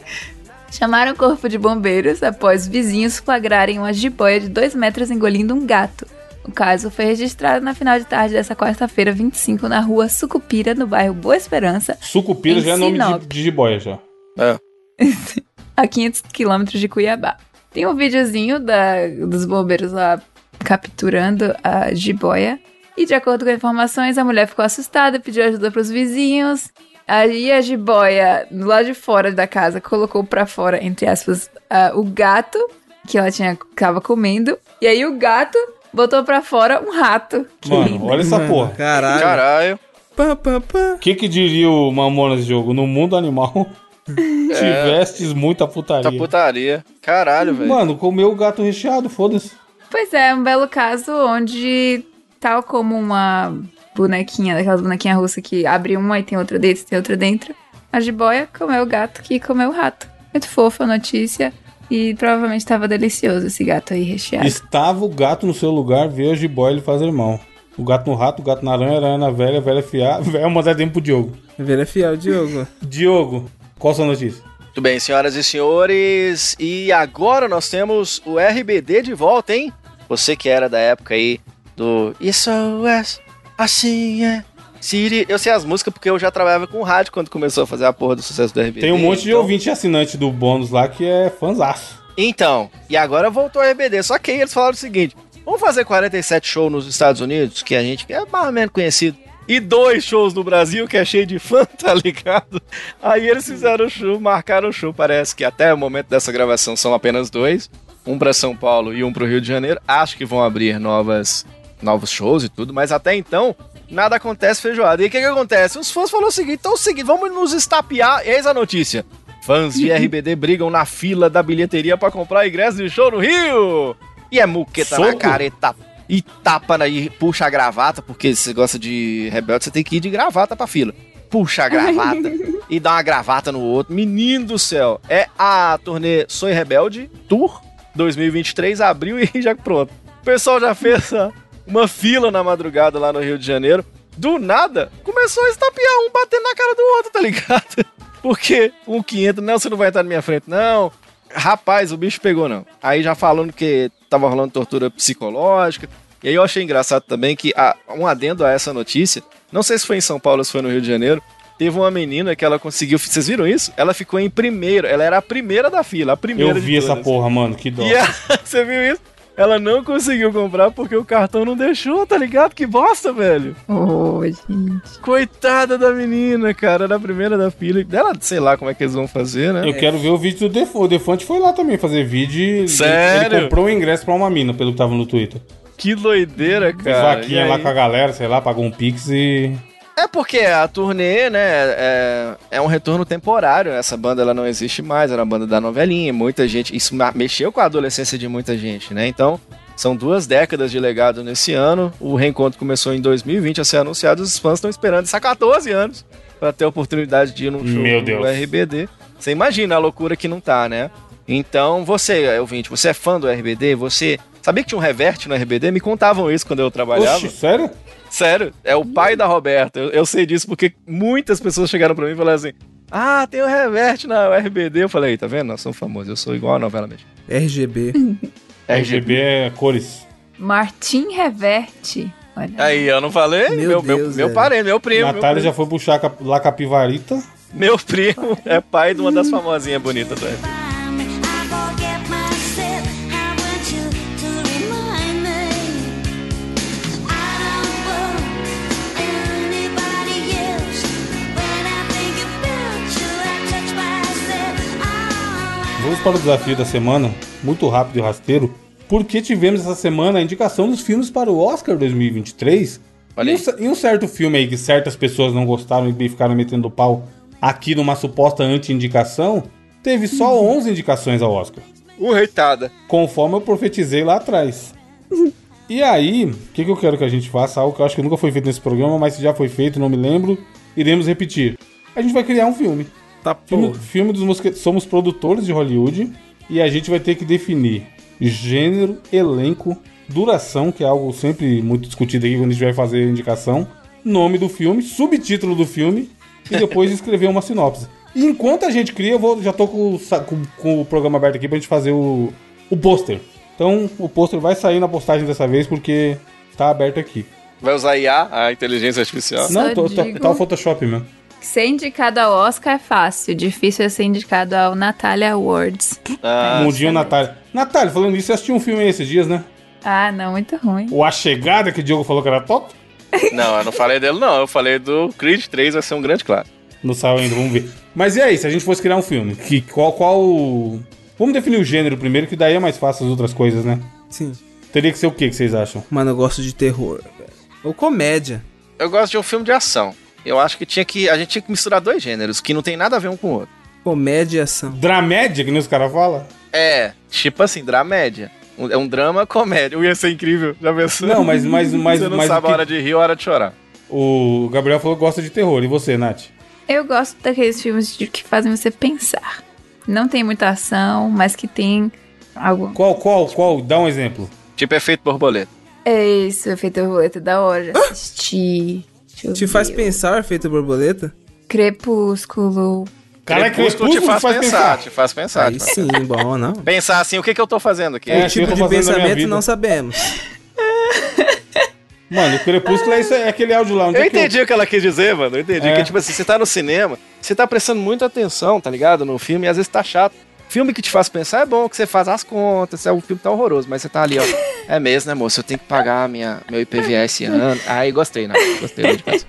Chamaram o corpo de bombeiros após vizinhos flagrarem uma jiboia de 2 metros engolindo um gato. O caso foi registrado na final de tarde dessa quarta-feira, 25, na rua Sucupira, no bairro Boa Esperança, Sucupira Em já é nome Sinop. de, de jiboia já. a 500 quilômetros de Cuiabá. Tem um videozinho da- dos bombeiros lá capturando a jiboia. E de acordo com informações, a mulher ficou assustada, pediu ajuda pros vizinhos. Aí a jiboia, lá de fora da casa, colocou pra fora, entre aspas, ah, o gato que ela tinha, tava comendo. E aí o gato botou pra fora um rato. Que Mano, lindo. olha essa Mano, porra. Caralho. Caralho. Pá, pá, pá. O que, que diria o Mamona nesse jogo? No mundo animal, tivestes muita É. Tá putaria. putaria. Caralho, velho. Mano, comeu o gato recheado, foda-se. Pois é, um belo caso onde, tal como uma bonequinha, daquelas bonequinhas russas que abre uma e tem outra dentro, tem outra dentro, a jiboia comeu o gato que comeu o rato. Muito fofa a notícia e provavelmente tava delicioso esse gato aí recheado. Estava o gato no seu lugar, veio a jiboia ele fazer mal. O gato no rato, o gato na aranha, a aranha na velha, a velha fiar, velha mandar tempo pro Diogo. Velha é fiel, Diogo. Diogo, qual a sua notícia? Muito bem, senhoras e senhores. E agora nós temos o RBD de volta, hein? Você que era da época aí do Isso é assim é. Siri, eu sei as músicas porque eu já trabalhava com rádio quando começou a fazer a porra do sucesso do RBD. Tem um monte de então- ouvinte assinante do bônus lá que é fãzaço. Então, e agora voltou a RBD. Só que aí eles falaram o seguinte: vamos fazer 47 shows nos Estados Unidos, que a gente é mais ou menos conhecido. E dois shows no Brasil, que é cheio de fã, tá ligado? Aí eles fizeram o show, marcaram o show. Parece que até o momento dessa gravação são apenas dois: um pra São Paulo e um pro Rio de Janeiro. Acho que vão abrir novas, novos shows e tudo, mas até então. Nada acontece feijoada. E o que, que acontece? Os fãs falaram o seguinte: então é o seguinte, vamos nos estapear. Eis a notícia. Fãs de RBD brigam na fila da bilheteria pra comprar ingresso de show no Rio. E é muqueta na Soco? cara e tapa, e tapa na, e puxa a gravata, porque se você gosta de rebelde, você tem que ir de gravata pra fila. Puxa a gravata e dá uma gravata no outro. Menino do céu, é a turnê Soy Rebelde Tour 2023, abriu e já pronto. O pessoal já fez a- uma fila na madrugada lá no Rio de Janeiro. Do nada, começou a estapear um batendo na cara do outro, tá ligado? Porque um que entra, não, você não vai entrar na minha frente, não. Rapaz, o bicho pegou, não. Aí já falando que tava rolando tortura psicológica. E aí eu achei engraçado também que, ah, um adendo a essa notícia, não sei se foi em São Paulo ou se foi no Rio de Janeiro, teve uma menina que ela conseguiu, vocês viram isso? Ela ficou em primeiro, ela era a primeira da fila, a primeira Eu de vi essa todas. porra, mano, que dó. E ela, você viu isso? Ela não conseguiu comprar porque o cartão não deixou, tá ligado? Que bosta, velho. Oh, gente. Coitada da menina, cara. Era a primeira da fila. Ela, sei lá como é que eles vão fazer, né? Eu quero ver o vídeo do Defante. O Defante foi lá também fazer vídeo. e ele- Sério? Ele comprou um ingresso pra uma mina, pelo que tava no Twitter. Que doideira, Fez cara. vaquinha E lá aí- com a galera, sei lá, pagou um pix e... É porque a turnê, né, é, é um retorno temporário. né, Essa banda ela não existe mais, era a banda da novelinha, muita gente. Isso ma- mexeu com a adolescência de muita gente, né? Então, são duas décadas de legado nesse ano. O reencontro começou em 2020 a ser anunciado. Os fãs estão esperando isso há 14 anos para ter a oportunidade de ir num show Meu do Deus. RBD. Você imagina a loucura que não tá, né? Então, você, ouvinte, você é fã do RBD? Você. Sabia que tinha um reverte no RBD? Me contavam isso quando eu trabalhava. Oxi, sério? Sério, é o pai da Roberta. Eu, eu sei disso porque muitas pessoas chegaram pra mim e falaram assim: Ah, tem o Reverte na RBD. Eu falei, tá vendo? Nós somos famosos, eu sou igual a novela mesmo. RGB. RGB é cores. Martim Reverte. Olha. Aí, eu não falei? Meu Meu, meu, Deus, é. meu velho. parente, meu primo. meu Natália já foi puxar a cap- lá capivarita. Meu primo é pai de uma das famosinhas bonitas do RP. Vamos para o desafio da semana, muito rápido e rasteiro, porque tivemos essa semana a indicação dos filmes para o Oscar 2023. E Olha um, aí. ce- e um certo filme aí que certas pessoas não gostaram e ficaram metendo pau aqui numa suposta anti-indicação, teve só 11 indicações ao Oscar, Uh, reitada. conforme eu profetizei lá atrás. E aí, o que, que eu quero que a gente faça? Algo que eu acho que nunca foi feito nesse programa, mas se já foi feito, não me lembro, iremos repetir. A gente vai criar um filme. Tá Filme, porra. filme dos mosqueteiros. Somos produtores de Hollywood e a gente vai ter que definir gênero, elenco, duração, que é algo sempre muito discutido aqui quando a gente vai fazer a indicação, nome do filme, subtítulo do filme e depois escrever uma sinopse. E enquanto a gente cria, eu vou, já tô com, o sa- com- com o programa aberto aqui pra gente fazer o, o pôster. Então o pôster vai sair na postagem dessa vez porque tá aberto aqui. Vai usar IA, a inteligência artificial. Não, tô- tô- digo- tá o Photoshop mesmo. Ser indicado ao Oscar é fácil, difícil é ser indicado ao Natalia Awards. Ah, Mundinho Natália. Natália, falando isso, você assistiu um filme aí esses dias, né? Ah, não, muito ruim. O A Chegada, que o Diogo falou que era top? não, eu não falei dele, não. Eu falei do Creed 3, vai ser um grande clássico. Não saiu ainda, vamos ver. Mas e aí, se a gente fosse criar um filme? Que, qual, qual. Vamos definir o gênero primeiro, que daí é mais fácil as outras coisas, né? Sim. Teria que ser o que que vocês acham? Mano, eu gosto de terror, velho. Ou comédia. Eu gosto de um filme de ação. Eu acho que tinha que. A gente tinha que misturar dois gêneros, que não tem nada a ver um com o outro. Comédia e ação. Dramédia, que nem os caras falam? É, tipo assim, dramédia. Um- É um drama comédia. Ia ser incrível, já pensou? Não, mas- mas- mas- Você não mas o sabe que- a hora de rir, a hora de chorar. O Gabriel falou que gosta de terror. E você, Nath? Eu gosto daqueles filmes de- que fazem você pensar. Não tem muita ação, mas que tem algo. Qual, qual, qual? Dá um exemplo. Tipo efeito borboleta. É isso, efeito borboleta da hora. Assisti. Deixa eu Ah! Te ver. faz pensar o efeito borboleta? Crepúsculo. Cara, é Crepúsculo te faz pensar, te faz pensar. Aí te faz- sim, bom, não. Pensar assim, o que, que eu tô fazendo aqui? É, o assim eu tipo tô de fazendo na Tá. minha pensamento vida. não sabemos. Mano, o Crepúsculo é, isso, é aquele áudio lá. Onde Eu é que entendi o que ela quis dizer, mano. Eu entendi. É. Que, tipo assim, você tá no cinema, você tá prestando muita atenção, tá ligado? No filme, e às vezes tá chato. Filme que te faz pensar é bom, que você faz as contas, é, o filme tá horroroso, mas você tá ali, ó. É mesmo, né, moço? Eu tenho que pagar minha, meu IPVA esse ano. Aí gostei, né? Gostei. vou de casa.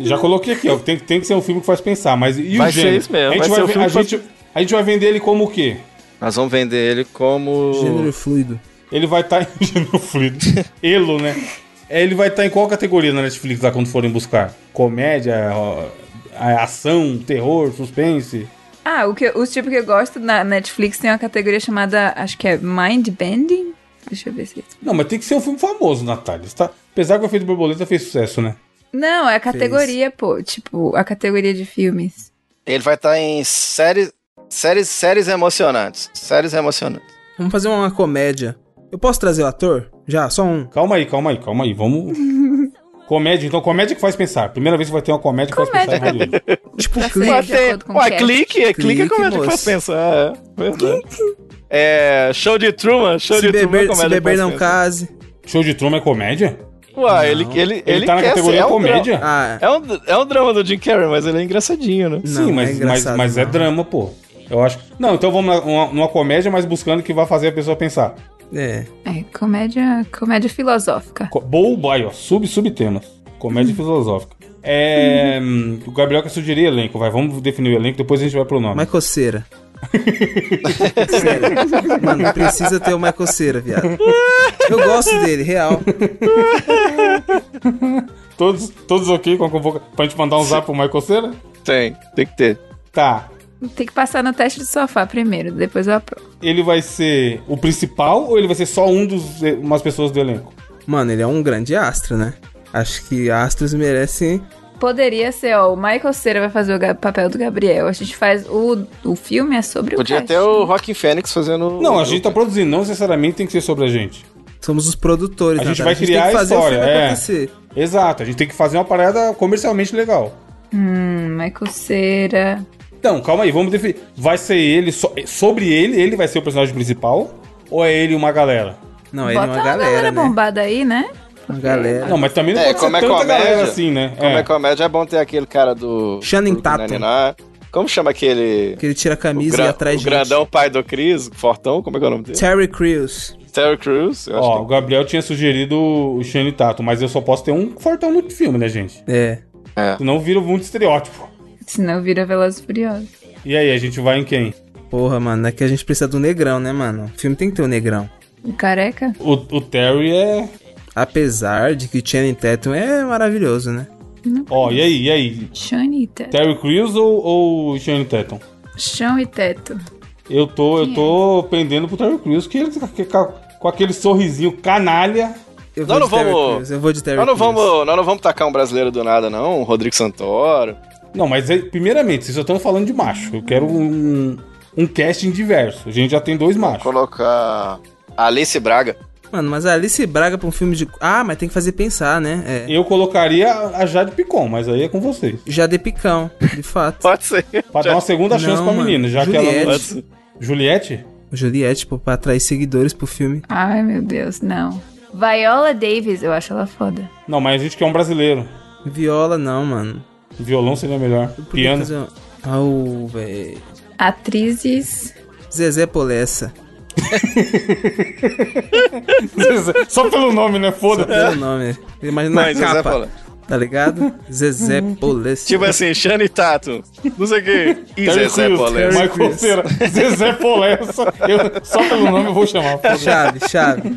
Já coloquei aqui, ó. Tem, tem que ser um filme que faz pensar, mas. E o Vai ser gênero? isso mesmo, A gente vai vai, ser um ve- filme a que faz- gente, a gente vai vender ele como o quê? Nós vamos vender ele como. Gênero fluido. Ele vai estar em gênero fluido. Elo, né? É, Ele vai estar em qual categoria na Netflix lá quando forem buscar? Comédia, ó, a- ação, terror, suspense? Ah, o que, os tipos que eu gosto na Netflix tem uma categoria chamada, acho que é Mind Bending. Deixa eu ver se. é Não, mas tem que ser um filme famoso, Natália. Você Tá... Apesar que o efeito borboleta fez sucesso, né? Não, é a categoria, pô. Tipo, a categoria de filmes. Ele vai estar em séries. Séries, séries emocionantes. Séries emocionantes. Vamos fazer uma comédia. Eu posso trazer o ator? Já, só um. Calma aí, calma aí, calma aí. Vamos. comédia, então, comédia que faz pensar. Primeira vez que vai ter uma comédia que faz Comédia. pensar em Hollywood. Tipo, Assim, Pra clique. ser de acordo com o cast. clique, clique é comédia que faz pensar. É, É, show de Truman, show Se beber, se beber não case. Show de Truman é comédia? Uai, ele, ele, ele, Ele tá na quer categoria ser- é um comédia? Ah, dra- É um, é um drama do Jim Carrey, mas ele é engraçadinho, né? não, Sim, é mas, mas, engraçado, mas é não. drama, pô. Eu acho. Não, então vamos na- numa, numa comédia, mas buscando que vai fazer a pessoa pensar. É. É, comédia, comédia filosófica. Co- Boa, boy, ó. Sub, subtemas. Comédia filosófica. É. hum, O Gabriel quer sugerir elenco, vai. Vamos definir o elenco, depois a gente vai pro nome. Michael é Cera. Sério. Mano, precisa ter o Michael Cera, viado. Eu gosto dele, real. Todos, todos ok com a convoca... Pra gente mandar um zap pro Michael Cera? Tem, tem que ter. Tá. Tem que passar no teste do sofá primeiro, depois eu aprovo. Ele vai ser o principal ou ele vai ser só um dos. eh, umas pessoas do elenco? Mano, ele é um grande astro, né? Acho que astros merecem. Poderia ser, ó, o Michael Cera vai fazer o ga- papel do Gabriel. A gente faz o, o filme é sobre Podia o cast. ter o Rockin' Fênix fazendo. Não, a gente tá produzindo, não necessariamente tem que ser sobre a gente. Somos os produtores, A né, gente cara? vai criar a tem que fazer história, o filme é. acontecer. Exato, a gente tem que fazer uma parada comercialmente legal. Hum, Michael Cera. Então, calma aí, vamos definir. Vai ser ele, so- sobre ele, ele vai ser o personagem principal? Ou é ele e uma galera? Não, ele é Bota uma galera, né? bombada aí, né? Uma galera. Não, mas também não É, pode como ser é tanta comédia, galera assim, né? Como é. É. comédia, é bom ter aquele cara do. Channing do Tatum. 99. Como chama aquele. Que ele tira a camisa o gran- e atrás o de grandão pai do Chris, Fortão, como é que é o nome dele? Terry Crews. Terry Crews, eu acho Ó, o Gabriel tinha sugerido o Shane Tato, mas eu só posso ter um fortão no filme, né, gente? É. Senão vira muito estereótipo. Senão vira Velozes e Furiosos. E aí, a gente vai em quem? Porra, mano, é que a gente precisa do negrão, né, mano? O filme tem que ter o negrão. O careca? O, o Terry é. Apesar de que o Channing Tatum é maravilhoso, né? Ó, e aí, e aí? Chão e teto. Terry Crews ou, ou Shane Tatum? Chão e teto. Eu tô, eu tô pendendo pro Terry Crews, que ele tá que- ca- com aquele sorrisinho canalha. Eu Nós vou não de Terry vamos- Crews, eu vou de Terry Nós não, Crews. vamos, nós não vamos tacar um brasileiro do nada, não. Um Rodrigo Santoro. Não, mas é- primeiramente, vocês só estão falando de macho. Eu quero um, um casting diverso. A gente já tem dois machos. Colocar Alice Braga. Mano, mas a Alice Braga pra um filme de... Ah, mas tem que fazer pensar, né? É. Eu colocaria a Jade Picon, mas aí é com vocês. Já de picão, de fato. Pode ser. Pra dar uma segunda chance Não, pra mano. menina, já que ela. Juliette. não- Juliette? Juliette, pô, pra atrair seguidores pro filme. Ai, meu Deus, não. Viola Davis, eu acho ela foda. Não, mas a gente quer um brasileiro. Viola não, mano. Violão seria melhor. Eu podia Piano. fazer um- Au, velho. Atrizes. Zezé Polessa. Só pelo nome, né? Só Foda-se. pelo nome. Imagina É. Não, a é Zezé capa. Polessa. Tá ligado? Zezé Polessa. Tipo assim, Shane Tato. Não sei o quê. E Terry Zezé Crews, Polessa. Michael Crews. Cera, Zezé Polessa. Eu- só pelo nome eu vou chamar. foda-se. Chave, chave.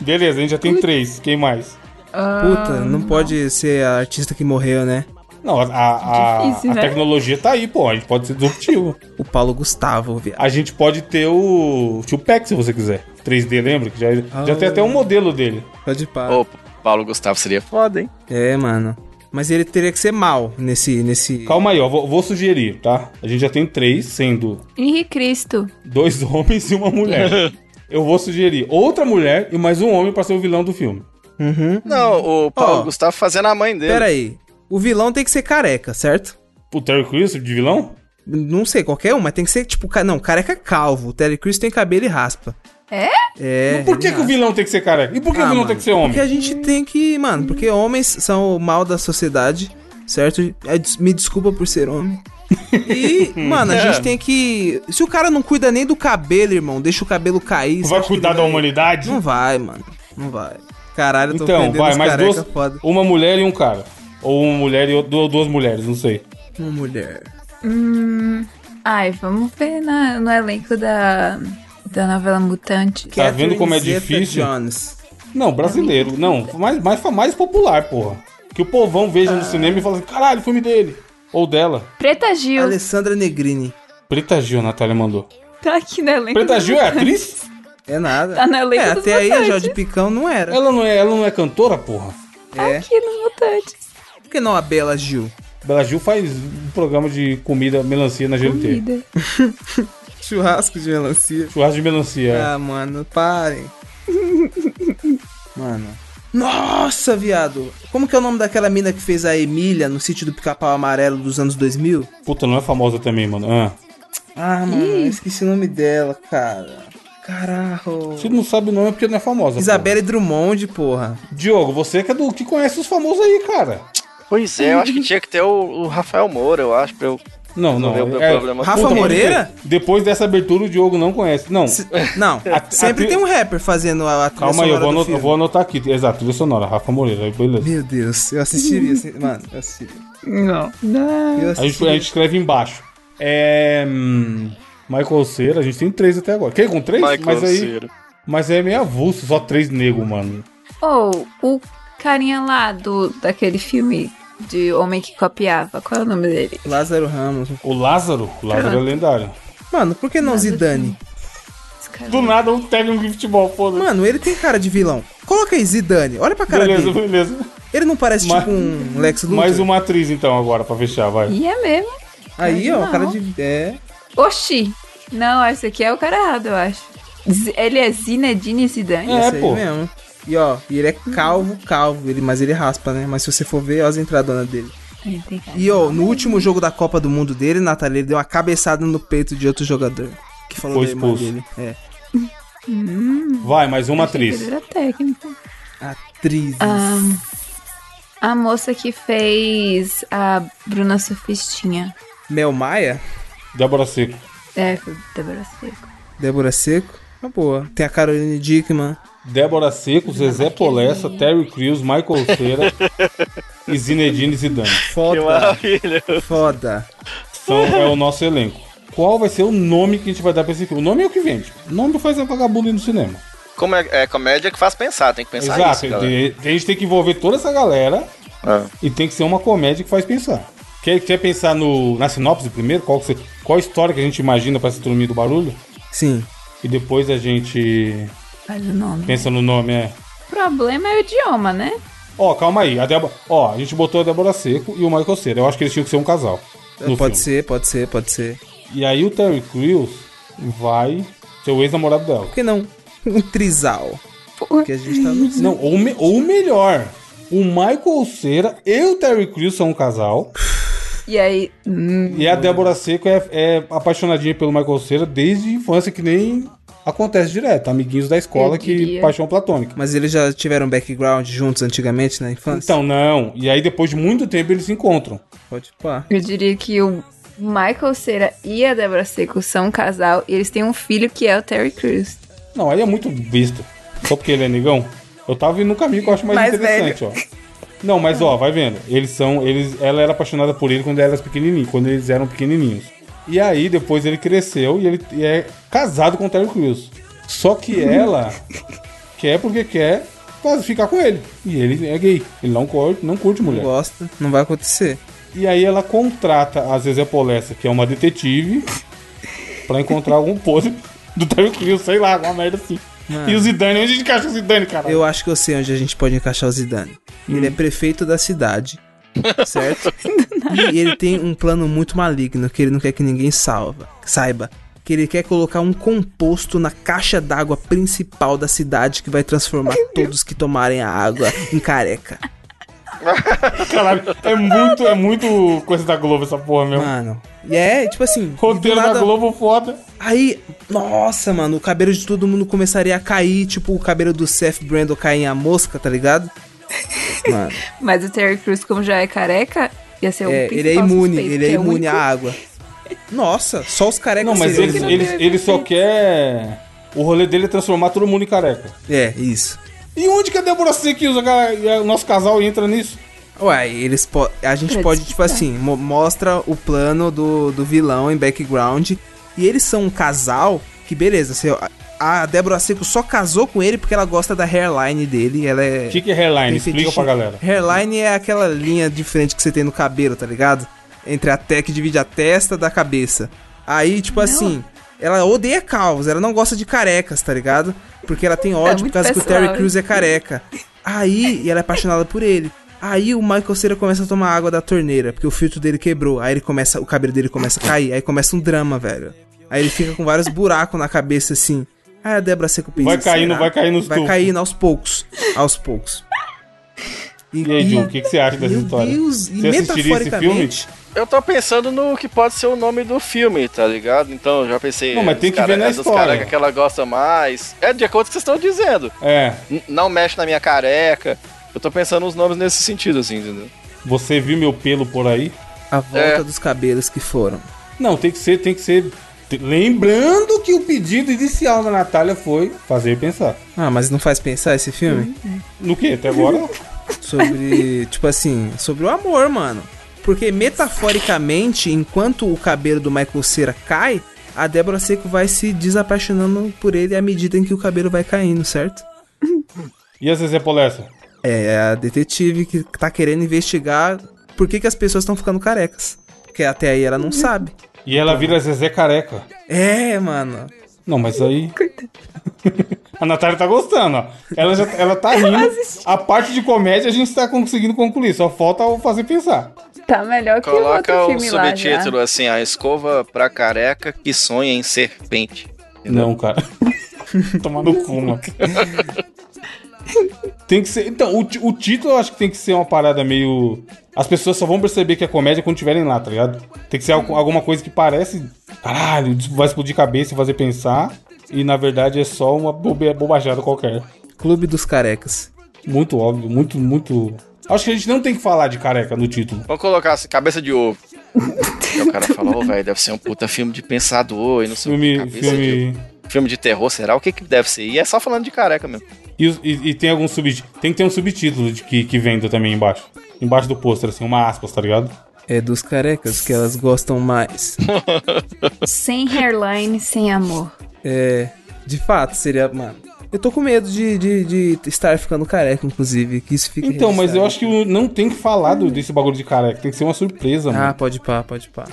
Beleza, a gente já tem três. Quem mais? Puta, não pode ser a artista que morreu, né? Não, a, a- a- Difícil, a né? tecnologia tá aí, pô. A gente pode ser disruptivo. O Paulo Gustavo, viado. A gente pode ter o Tupac, se você quiser. 3D, lembra? Que já, já Ah. tem até um modelo dele. Ah, Pode pá. Ô, Paulo Gustavo seria foda, hein? É, mano. Mas ele teria que ser mal nesse. nesse... Calma aí, ó. Vou, vou sugerir, tá? A gente já tem três, sendo Henri Cristo. dois homens e uma mulher. Eu vou sugerir outra mulher e mais um homem pra ser o vilão do filme. Uhum. Não, o Paulo Ó. Gustavo fazendo a mãe dele. Pera aí. O vilão tem que ser careca, certo? O Terry Crews de vilão? Não sei, qualquer um, mas tem que ser tipo. ca- Não, careca calvo. O Terry Crews tem cabelo e raspa. É? É. Mas por que, que o vilão tem que ser careca? E por que o Ah, vilão mano, tem que ser homem? Porque a gente tem que. Mano, porque homens são o mal da sociedade, certo? É, des- Me desculpa por ser homem. E, mano, É. a gente tem que. Se o cara não cuida nem do cabelo, irmão, deixa o cabelo cair. Vai sabe? cuidar da humanidade? é- Não vai, mano. Não vai. Caralho, eu tô Então, ofendendo vai, os mais careca é duas. foda. Uma mulher e um cara. Ou uma mulher e ou- du- duas mulheres, não sei. Uma mulher. Ai, vamos ver na- no elenco da, da novela Mutante. Tá vendo como é Catherine difícil? Zeta-Jones. Não, brasileiro. Não, mais, mais, mais popular, porra. Que o povão veja no cinema e fala assim, caralho, filme dele. Ou dela. Preta Gil. Alessandra Negrini. Preta Gil, a Natália mandou. Tá aqui no elenco. Preta da- Gil é atriz? É nada. Tá no elenco é, dos até aí a votantes. Jade Picão não era. Ela não é, ela não é cantora, porra. É. Tá Aqui nos Mutantes. Por que não a Bela Gil? Bela Gil faz um programa de comida melancia na GNT. Comida. Churrasco de melancia. Churrasco de melancia. Ah, mano, parem. mano. Nossa, viado. Como que é o nome daquela mina que fez a Emília no sítio do Pica-Pau Amarelo dos anos 2000? Puta, não é famosa também, mano. Ah. Ah, mano, eu esqueci o nome dela, cara. Caraca. Se não sabe o nome é porque não é famosa. Isabelle Drummond, porra. porra. Diogo, você que é do que conhece os famosos aí, cara. Pois é, eu acho que tinha que ter o, o Rafael Moura, eu acho, pra eu. Não, não. Resolveu o meu é- problema. Puta, Rafa pode Moreira? ser. Depois dessa abertura, o Diogo não conhece. Não. Se- Não, A- sempre a- tem um rapper fazendo a, a trilha Calma aí, eu vou, sonora do anotar, filme. eu vou anotar aqui. Exato, trilha sonora, Rafa Moreira. aí Beleza. Meu Deus, eu assistiria, assim, mano, eu assistiria. Não. Eu A gente, assistiria. a gente escreve embaixo. É. hum, Michael Cera, a gente tem três até agora. Quem com três? mas aí. Cera. Mas é meio avulso, só três nego, mano. Ou o carinha lá do, daquele filme de Homem que Copiava. Qual é o nome dele? Lázaro Ramos. O Lázaro? O Lázaro é lendário. Mano, por que não Zidane? Esse cara. Do nada um técnico de futebol, foda-se. Mano, ele tem cara de vilão. Coloca aí Zidane, olha pra cara Beleza, dele. beleza. Ele não parece Mas- tipo um Lex Luthor? Mais uma atriz então agora pra fechar, vai. E é mesmo. Aí, ó, Não. cara de... É... Oxi. Não, esse aqui é o cara errado, eu acho. Z- ele é Zinedine Zidane. É, Esse aí pô. mesmo. E, ó, e ele é calvo, calvo, ele, mas ele raspa, né? Mas se você for ver, olha as entradonas dele. Ele tem cara. E, ó, no último jogo da Copa do Mundo dele, Natália, ele deu uma cabeçada no peito de outro jogador. Que falou Foi da irmã expulso. dele. É. Vai, mais uma atriz. Ele era técnico. Atrizes. Ahn, a moça que fez a Bruna Sofistinha. Mel Maia, Débora Seco. É, foi Débora Seco. Débora Seco. Uma boa. Tem a Caroline Dickman. Débora Seco, Zezé Polessa, Terry Crews, Michael Cera e Zinedine Zidane. Que Foda. maravilha. Foda. São, é o nosso elenco. Qual vai ser o nome que a gente vai dar pra esse filme? O nome é o que vende. O nome faz a vagabunda ir no cinema. Como é, é comédia que faz pensar, tem que pensar Exato. isso, galera. tem- a gente tem que envolver toda essa galera Ah. e tem que ser uma comédia que faz pensar. Quer, quer pensar no, na sinopse primeiro? Qual, que você- qual a história que a gente imagina pra se dormir do barulho? Sim. E depois a gente Faz o nome. pensa no nome, é. O problema é o idioma, né? Ó, calma aí. A Débora, ó, a gente botou a Débora Seco e o Michael Cera. Eu acho que eles tinham que ser um casal. no É, pode filme. ser, pode ser, pode ser. E aí o Terry Crews vai ser o ex-namorado dela. Por que não? Um trisal. Pô, Que a gente tá no... Não, ou, me- ou melhor, o Michael Cera e o Terry Crews são um casal. E aí. hum, E a Débora Seco é, é apaixonadinha pelo Michael Cera desde a infância, que nem acontece direto. Amiguinhos da escola Eu que diria. paixão platônica. Mas eles já tiveram um background juntos antigamente na infância? Então, não. E aí depois de muito tempo eles se encontram. Pode pá. Eu diria que o Michael Cera e a Débora Seco são um casal e eles têm um filho que é o Terry Crews. Não, aí é muito visto. Só porque ele é negão. Eu tava indo no caminho que eu acho mais, Mais interessante, ó. Não, mas ó, vai vendo. Eles são. Eles, ela era apaixonada por ele quando elas pequenininhas, quando eles eram pequenininhos. E aí, depois ele cresceu e ele e é casado com o Terry Crews. Só que ela quer porque quer quase ficar com ele. E ele é gay. Ele não curte, não curte mulher. Gosta, não vai acontecer. E aí ela contrata a Zezé Polessa, que é uma detetive, pra encontrar algum podre do Terry Crews, sei lá, uma merda assim. É. E o Zidane, onde a gente acha o Zidane, cara? Eu acho que eu sei onde a gente pode encaixar o Zidane. Hum. Ele é prefeito da cidade, certo? e ele tem um plano muito maligno que ele não quer que ninguém salva, saiba. Que ele quer colocar um composto na caixa d'água principal da cidade que vai transformar todos que tomarem a água em careca. Caralho, é muito, é muito coisa da Globo essa porra, meu. Mano. E é, tipo assim. do Roteiro da nada- Globo foda. Aí, nossa, mano, o cabelo de todo mundo começaria a cair, tipo o cabelo do Seth Brando cair em a mosca, tá ligado? Mano. Mas o Terry Crews, como já é careca, ia ser o É, ele é principal imune, suspeito, ele é que o imune à único- água. Nossa, só os carecas Não, mas seriam ele, imunes. ele, ele só quer. O rolê dele é transformar todo mundo em careca. É, isso. E onde que a Débora Seco e os- e o nosso casal entra nisso? Ué, eles po a gente Pra pode, tipo assim, mo- mostra o plano do, do vilão em background. E eles são um casal que, beleza, assim, ó, a a Débora Seco só casou com ele porque ela gosta da hairline dele. Ela é. O que, que é hairline? tem Explica fetiche- pra galera. Hairline é aquela linha de frente que você tem no cabelo, tá ligado? Entre a testa que divide a testa da cabeça. Aí, tipo assim, ela odeia calvos, ela não gosta de carecas, tá ligado? Porque ela tem ódio por É muito causa que o pessoal, Terry Crews é careca. Aí, e ela é apaixonada por ele. Aí o Michael Cera começa a tomar água da torneira, porque o filtro dele quebrou. Aí ele começa, o cabelo dele começa a cair, aí começa um drama, velho. Aí ele fica com vários buracos na cabeça assim. Aí a Débora Seco pensa, Vai caindo, "Será?" vai caindo os Vai tufos. caindo aos poucos, aos poucos. E aí, Ju, o que, que você acha dessa Meu história? Deus, e Você assistiria esse filme? metaforicamente. Eu tô pensando no que pode ser o nome do filme, tá ligado? Então, eu já pensei. Não, mas os tem que ver na é dos história. careca que ela gosta mais. É de acordo com o que vocês estão dizendo. É, N- não mexe na minha careca. Eu tô pensando nos nomes nesse sentido, assim, entendeu? você viu meu pelo por aí? A volta É. dos cabelos que foram. Não, tem que ser, tem que ser. te- Lembrando que o pedido inicial da Natália foi fazer pensar. Ah, mas não faz pensar esse filme? No que? Até agora? Sobre, tipo assim, sobre o amor, mano. Porque metaforicamente, enquanto o cabelo do Michael Cera cai, a Débora Seco vai se desapaixonando por ele à medida em que o cabelo vai caindo, certo? e a Zezé Polessa? É a detetive que tá querendo investigar por que, que as pessoas estão ficando carecas. Porque até aí ela não sabe. E ela vira Zezé careca. É, mano. Não, mas aí. a Natália tá gostando, ó. Ela, já, ela tá rindo. A parte de comédia a gente tá conseguindo concluir. Só falta o fazer pensar. Tá melhor que o Coloca outro o filme lá já. subtítulo assim: A escova pra careca que sonha em serpente. Não, cara. Tomar no cu, mano. Tem que ser. Então, o, ti- o título eu acho que tem que ser uma parada meio. As pessoas só vão perceber que é comédia quando tiverem lá, tá ligado? Tem que ser algu- alguma coisa que parece. Caralho, isso vai explodir cabeça e fazer pensar. E na verdade é só uma bobe- bobajada qualquer. Clube dos Carecas. Muito óbvio, muito, muito. Acho que a gente não tem que falar de careca no título. Vamos colocar assim, cabeça de ovo. Aí o cara falou, velho, deve ser um puta filme de pensador e não sei o Filme. que. Cabeça de filme... Filme de terror, será? O que que deve ser? E é só falando de careca mesmo. E, os- e- e tem algum subtítulo. Tem que ter um subtítulo de que, que venda também embaixo. Embaixo do pôster, assim, uma aspas, tá ligado? É dos carecas que elas gostam mais. Sem hairline, sem amor. É. De fato, seria. Mano. Eu tô com medo de, de, de estar ficando careca, inclusive. Que isso fique. Então, mas eu registrado. acho que o- não tem que falar do- desse bagulho de careca. Tem que ser uma surpresa, Ah, mano. pode pá, pode pá.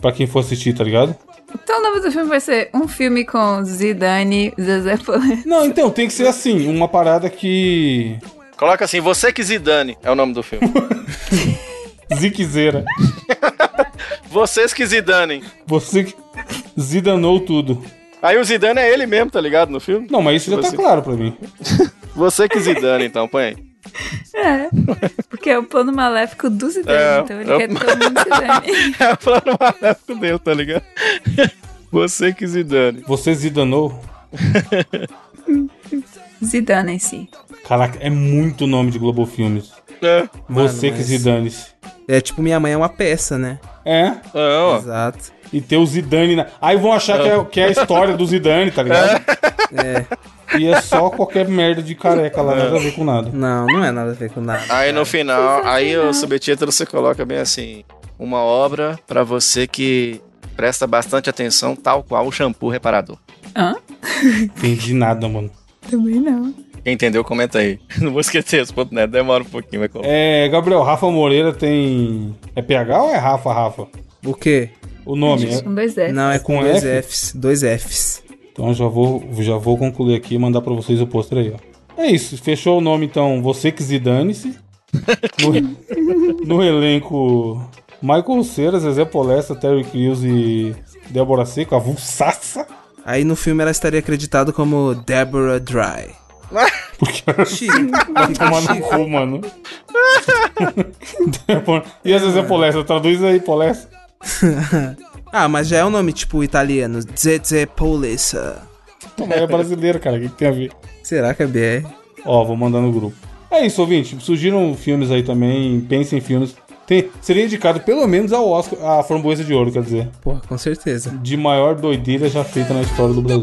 Pra quem for assistir, tá ligado? Então o nome do filme vai ser um filme com Zidane, Zezé Polé. Não, então, tem que ser assim, uma parada que. Coloca assim, Você que Zidane é o nome do filme. Ziquezeira. Vocês que Zidane. Você que zidanou tudo. Aí o Zidane é ele mesmo, tá ligado, no filme? Não, mas isso já tá Você. claro pra mim. Você que Zidane, então, põe aí. É, porque é o plano maléfico do Zidane, É, então ele é o- quer todo mundo Zidane. É o plano maléfico dele, tá ligado? Você que Zidane. Você zidanou. Zidane em si. Caraca, é muito nome de Globo Filmes. É, Você que mas- zidane-se. É tipo, minha mãe é uma peça, né? É, é, ó. Exato. e ter o Zidane na. Aí vão achar que é, que é a história do Zidane, tá ligado? É. E é só qualquer merda de careca lá, nada a ver com nada. Não, não é nada a ver com nada. Aí no final, aí o subtítulo você coloca bem assim: Uma obra pra você que presta bastante atenção, tal qual o shampoo reparador. Hã? Entendi nada, mano. Também não. Quem entendeu, comenta aí. Não vou esquecer esse ponto, né? Demora um pouquinho, vai colocar. É, Gabriel, Rafa Moreira tem. É PH ou é Rafa, Rafa? O quê? O nome, é. Com Um, dois F. Não, é com, Com dois F? Fs. Dois Fs. Então eu já vou, já vou concluir aqui e mandar pra vocês o pôster aí, ó. É isso, fechou o nome então, você que zidane-se. No, no elenco, Michael Cera, Zezé Polessa, Terry Crews e Débora Seco, a Vulsaça. Aí no filme ela estaria acreditada como Deborah Dry. Chico, Vai tomar no cu, mano. né? Débora- e a Zezé Polessa, traduz aí, Polessa. Ah, mas já é um nome tipo italiano. Zezé Paulessa. Toma, é brasileiro, cara, o que que tem a ver? Será que é BR? Ó, vou mandar no grupo. É isso, ouvinte. Surgiram filmes aí também, pensem em filmes. Tem- seria indicado pelo menos ao Oscar, a Framboesa de Ouro, quer dizer. Porra, com certeza. De maior doideira já feita na história do Brasil.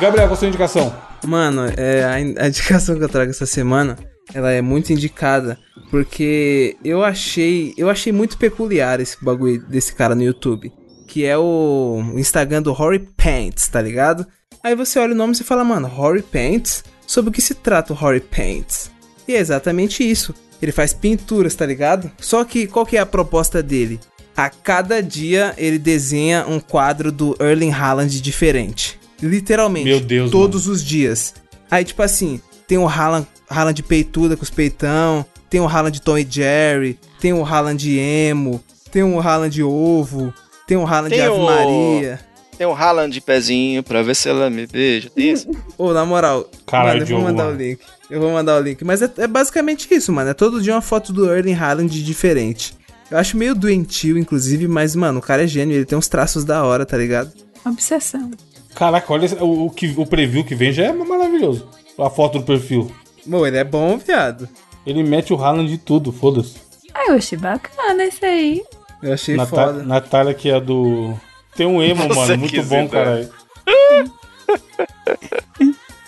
Gabriel, qual a sua indicação? Mano, é, a, in- a indicação que eu trago essa semana, ela é muito indicada, porque eu achei, eu achei muito peculiar esse bagulho desse cara no YouTube, que é o, o Instagram do Rory Pants, tá ligado? Aí você olha o nome e você fala, mano, Rory Pants? Sobre o que se trata o Rory Pants? E é exatamente isso. Ele faz pinturas, tá ligado? Só que qual que é a proposta dele? A cada dia ele desenha um quadro do Erling Haaland diferente. Literalmente. Meu Deus, Todos os dias. Aí, tipo assim, tem o Haaland, Haaland peituda com os peitão, tem o Haaland Tom e Jerry, tem o Haaland emo, tem o Haaland ovo, tem o Haaland Tem Ave o- Maria. Tem o Haaland de pezinho pra ver se ela me beija. Tem isso? Ô, na moral, Caralho, mano, eu vou Diogo, mandar mano. o link. Eu vou mandar o link. Mas é, é basicamente isso, mano. É todo dia uma foto do Erling Haaland diferente. Eu acho meio doentio, inclusive, mas, mano, o cara é gênio, ele tem uns traços da hora, tá ligado? Obsessão. Caraca, olha esse- o, o que, o preview que vem já é maravilhoso. A foto do perfil. Mano, ele é bom, viado. Ele mete o Haaland de tudo, foda-se. Ah, eu achei bacana esse aí. Eu achei Nata- foda. Natália, que é do. Tem um emo, Você mano, que muito bom, zidane. caralho.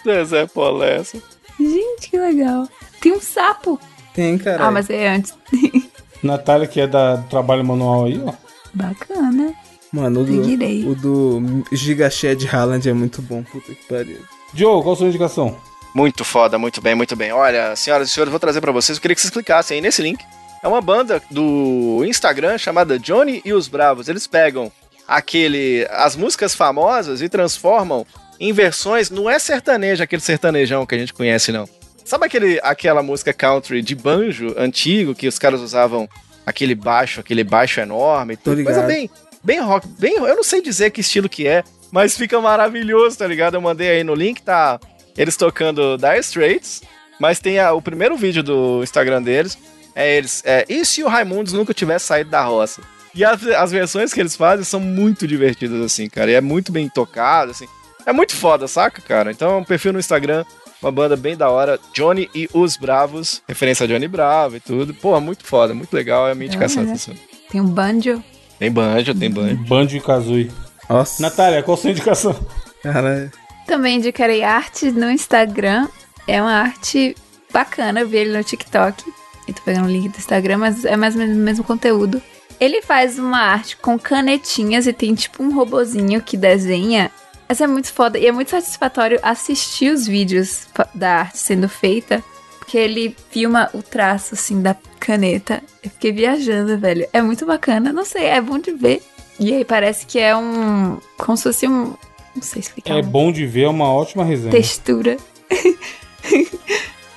Zezé Polessa. Gente, que legal. Tem um sapo. Tem, cara. Ah, mas é antes. Natália, que é da do trabalho manual aí, ó. bacana. Mano, o Seguirei. do, o do Giga Shed Haaland é muito bom. Puta que pariu. Joe, qual a sua indicação? Muito foda, muito bem, muito bem. Olha, senhoras e senhores, vou trazer pra vocês. Eu queria que vocês clicassem aí nesse link. É uma banda do Instagram chamada Johnny e os Bravos. Eles pegam aquele as músicas famosas e transformam em versões, não é sertanejo, aquele sertanejão que a gente conhece, não. Sabe aquele, aquela música country de banjo antigo que os caras usavam aquele baixo, aquele baixo enorme e tudo? Coisa ligado. bem, bem rock, bem. Eu não sei dizer que estilo que é, mas fica maravilhoso, tá ligado? Eu mandei aí no link, tá? Eles tocando Dire Straits, mas tem a- o primeiro vídeo do Instagram deles. É eles. É, e se o Raimundos nunca tivesse saído da roça? E as, as versões que eles fazem são muito divertidas, assim, cara. E é muito bem tocado, assim. É muito foda, saca, cara? Então, um perfil no Instagram, uma banda bem da hora, Johnny e os Bravos, referência a Johnny Bravo e tudo. Pô, muito foda, muito legal, é a minha indicação. Olha. assim. Tem um banjo. Tem banjo, tem banjo. Banjo e Kazooie. Nossa, Natália, qual sua indicação? cara. Também indicarei arte no Instagram. É uma arte bacana, eu vi ele no TikTok. Eu tô pegando o link do Instagram, mas é mais ou menos o mesmo conteúdo. Ele faz uma arte com canetinhas e tem tipo um robozinho que desenha. Essa é muito foda e é muito satisfatório assistir os vídeos fa- da arte sendo feita, porque ele filma o traço assim da caneta. Eu fiquei viajando, velho. É muito bacana, não sei, é bom de ver. E aí parece que é um. como se fosse um. Não sei explicar. É um- bom de ver, é uma ótima resenha. textura.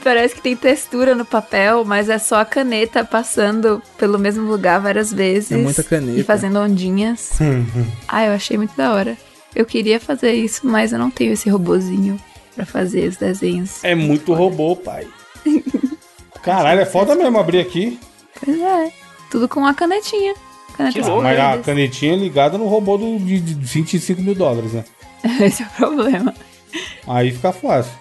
Parece que tem textura no papel, mas é só a caneta passando pelo mesmo lugar várias vezes. É muita caneta. E fazendo ondinhas. ah, eu achei muito da hora. Eu queria fazer isso, mas eu não tenho esse robozinho pra fazer os desenhos. É muito robô, pai. Caralho, é foda mesmo abrir aqui. Pois é. Tudo com a canetinha. Caneta Que de louco, Mas a bordas. canetinha é ligada no robô do, de de 25 mil dólares, né? Esse é o problema. Aí fica fácil.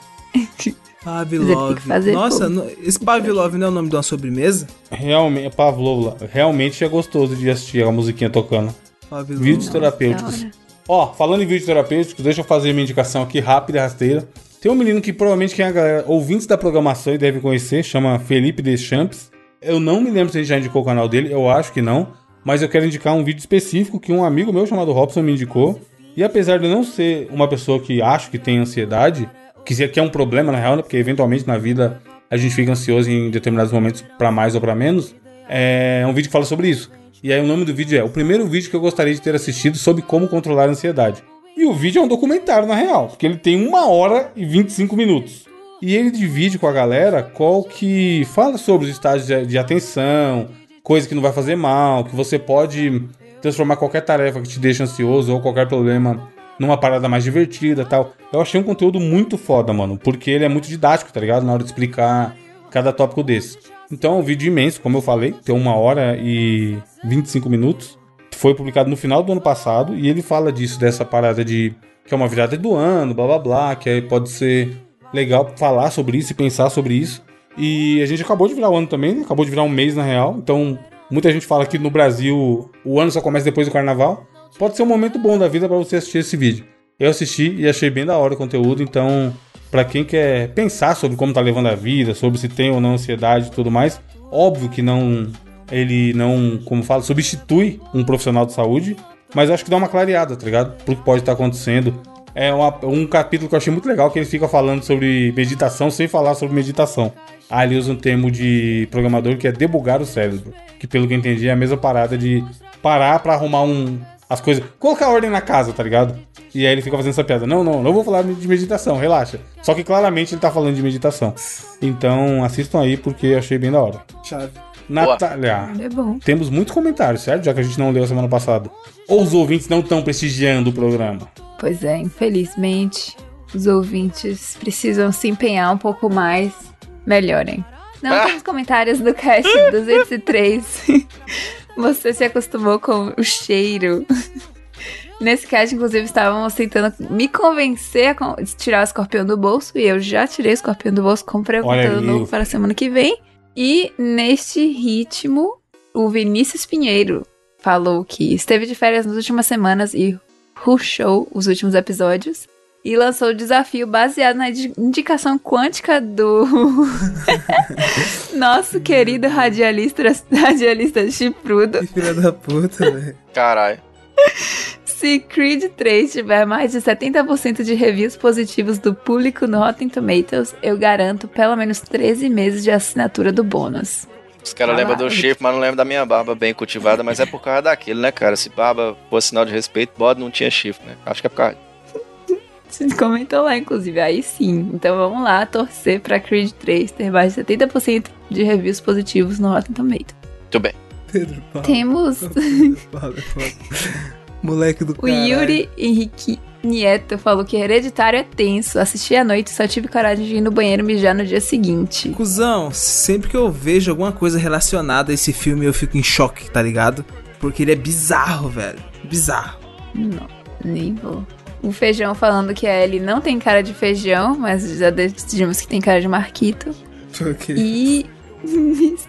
Mas ele Pavlov. tem que fazer Nossa, tudo. no- esse Pavlov não é o nome de uma sobremesa? Realmente, Pavlova, realmente é gostoso de assistir a musiquinha tocando. Pavlov. Vídeos terapêuticos. da hora. Ó, falando em vídeos terapêuticos, deixa eu fazer minha indicação aqui rápida e rasteira. Tem um menino que provavelmente quem é a galera, ouvintes da programação e deve conhecer, chama Felipe Deschamps. Eu não me lembro se ele já indicou o canal dele, eu acho que não, mas eu quero indicar um vídeo específico que um amigo meu chamado Robson me indicou. E apesar de eu não ser uma pessoa que acho que tem ansiedade, que se- que é um problema na real, né? porque eventualmente na vida a gente fica ansioso em determinados momentos pra mais ou pra menos, é um vídeo que fala sobre isso. E aí o nome do vídeo é o primeiro vídeo que eu gostaria de ter assistido sobre como controlar a ansiedade. E o vídeo é um documentário, na real, porque ele tem uma hora e 25 minutos. E ele divide com a galera qual que fala sobre os estágios de- de atenção, coisa que não vai fazer mal, que você pode transformar qualquer tarefa que te deixa ansioso ou qualquer problema numa parada mais divertida e tal. Eu achei um conteúdo muito foda, mano, porque ele é muito didático, tá ligado? Na hora de explicar cada tópico desse. Então é um vídeo imenso, como eu falei, tem uma hora e 25 minutos. Foi publicado no final do ano passado e ele fala disso, dessa parada de que é uma virada do ano, blá blá blá, que aí pode ser legal falar sobre isso e pensar sobre isso. E a gente acabou de virar o ano também, né? acabou de virar um mês na real. Então, muita gente fala que no Brasil o ano só começa depois do carnaval. Pode ser um momento bom da vida pra você assistir esse vídeo. Eu assisti e achei bem da hora o conteúdo, então, pra quem quer pensar sobre como tá levando a vida, sobre se tem ou não ansiedade e tudo mais, óbvio que não ele não, como fala, substitui um profissional de saúde, mas acho que dá uma clareada, tá ligado? Pro que pode estar acontecendo. É uma- um capítulo que eu achei muito legal, que ele fica falando sobre meditação sem falar sobre meditação. Ah, ele usa um termo de programador que é debugar o cérebro. Que pelo que eu entendi é a mesma parada de parar pra arrumar um. as coisas. Colocar ordem na casa, tá ligado? E aí ele fica fazendo essa piada. Não, não, não vou falar de meditação, relaxa. Só que claramente ele tá falando de meditação. Então assistam aí porque eu achei bem da hora. Chave. Natália. É bom. Temos muitos comentários, certo? Já que a gente não leu a semana passada. Ou os ouvintes não estão prestigiando o programa. Pois é, infelizmente, os ouvintes precisam se empenhar um pouco mais. Melhorem. Não temos comentários do cast 203. Você se acostumou com o cheiro. Nesse cast, inclusive, estavam tentando me convencer a con- de tirar o escorpião do bolso. E eu já tirei o escorpião do bolso, comprei o Olha conteúdo aí. novo para a semana que vem. E neste ritmo, o Vinícius Pinheiro falou que esteve de férias nas últimas semanas e rushou os últimos episódios. E lançou o desafio baseado na indi- indicação quântica do nosso querido radialista, radialista chiprudo. Que filha da puta, velho. Caralho. Se Creed 3 tiver mais de 70% de reviews positivos do público no Rotten Tomatoes, eu garanto pelo menos 13 meses de assinatura do bônus. Os caras lembram do Caralho. chifre, mas não lembram da minha barba bem cultivada, mas é por causa daquilo, né, cara? Se barba fosse sinal de respeito, bode não tinha chifre, né? Acho que é por causa. Vocês comentam lá, inclusive. Aí sim. Então vamos lá torcer pra Creed 3 ter mais de 70% de reviews positivos no Rotten Tomato. Muito bem. Pedro Paulo. Temos Paulo é foda. Moleque do o caralho. Yuri Henrique Nieto falou que hereditário é tenso. Assisti à noite e só tive coragem de ir no banheiro mijar no dia seguinte. Cusão, sempre que eu vejo alguma coisa relacionada a esse filme, eu fico em choque, tá ligado? Porque ele é bizarro, velho. Bizarro. Não, nem vou. O feijão falando que a Ellie não tem cara de feijão, mas já decidimos que tem cara de Marquito. Ok. E.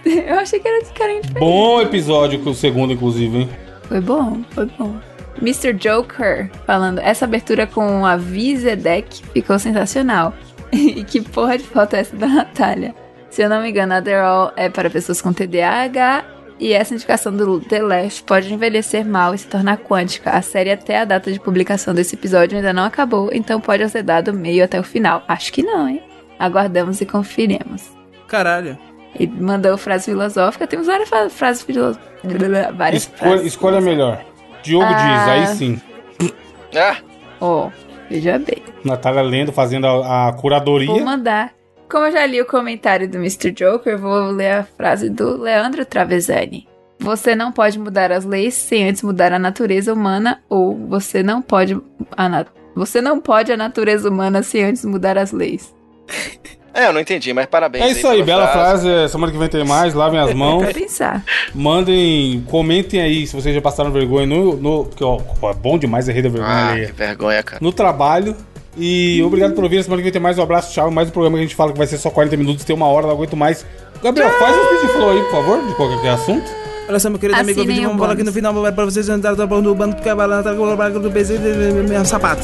Eu achei que era de cara de feijão. Bom episódio, o segundo, inclusive, hein? Foi bom, foi bom. Mr. Joker falando, essa abertura com a Vizedec ficou sensacional. e que porra de foto é essa da Natália? Se eu não me engano, Adderall é para pessoas com TDAH e essa indicação do The Last pode envelhecer mal e se tornar quântica. A série até a data de publicação desse episódio ainda não acabou, então pode azedar do meio até o final. Acho que não, hein? Aguardamos e conferiremos. Caralho. Ele mandou frase filosófica, temos várias fra- frases filosóficas. Várias Escolha, frases escolha melhor. Diogo Ah. diz, aí sim. Ah, Ó, veja bem. Natália lendo, fazendo a, a Vou curadoria. mandar. Como eu já li o comentário do Mr. Joker, vou ler a frase do Leandro Travesani. Você não pode mudar as leis sem antes mudar a natureza humana, ou você não pode a na- você não pode a natureza humana sem antes mudar as leis. é, eu não entendi, mas parabéns. É isso aí, pela bela frase. É, Semana que vem tem mais, lavem as mãos. Pra pensar. Mandem, comentem aí se vocês já passaram vergonha no. no porque, ó, é bom demais a rede da vergonha Ah, alheia. que vergonha, cara. no trabalho. E obrigado por ouvir. Semana que vem tem mais um abraço, tchau. Mais um programa que a gente fala que vai ser só 40 minutos, tem uma hora, não aguento mais. Gabriel, faz um speed flow aí, por favor, de qualquer assunto. Olha só, meu querido amigo, Assinem o vídeo o vamos falar aqui no bônus. final pra vocês andarem do bando do bando porque a balada tá com o barco do BZ meu sapato.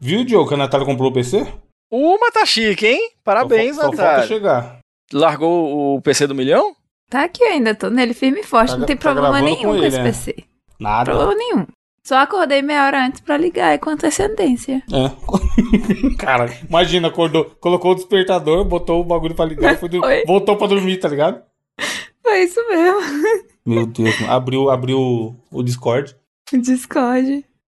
Viu, Diogo, que a Natália comprou o PC? Uma tá chique, hein? Parabéns, só, fal- Só falta Natália. chegar. Largou o PC do milhão? Tá aqui ainda, tô nele firme e forte, Tá não tem gra- tá problema gravando nenhum com com, ele, esse né? PC. Nada. Problema nenhum. Só acordei meia hora antes pra ligar, é com antecedência. É. Cara, imagina, acordou, colocou o despertador, botou o bagulho pra ligar, foi dur- Oi. voltou pra dormir, tá ligado? Foi É isso mesmo. Meu Deus, mano. abriu, abriu o Discord. Discord.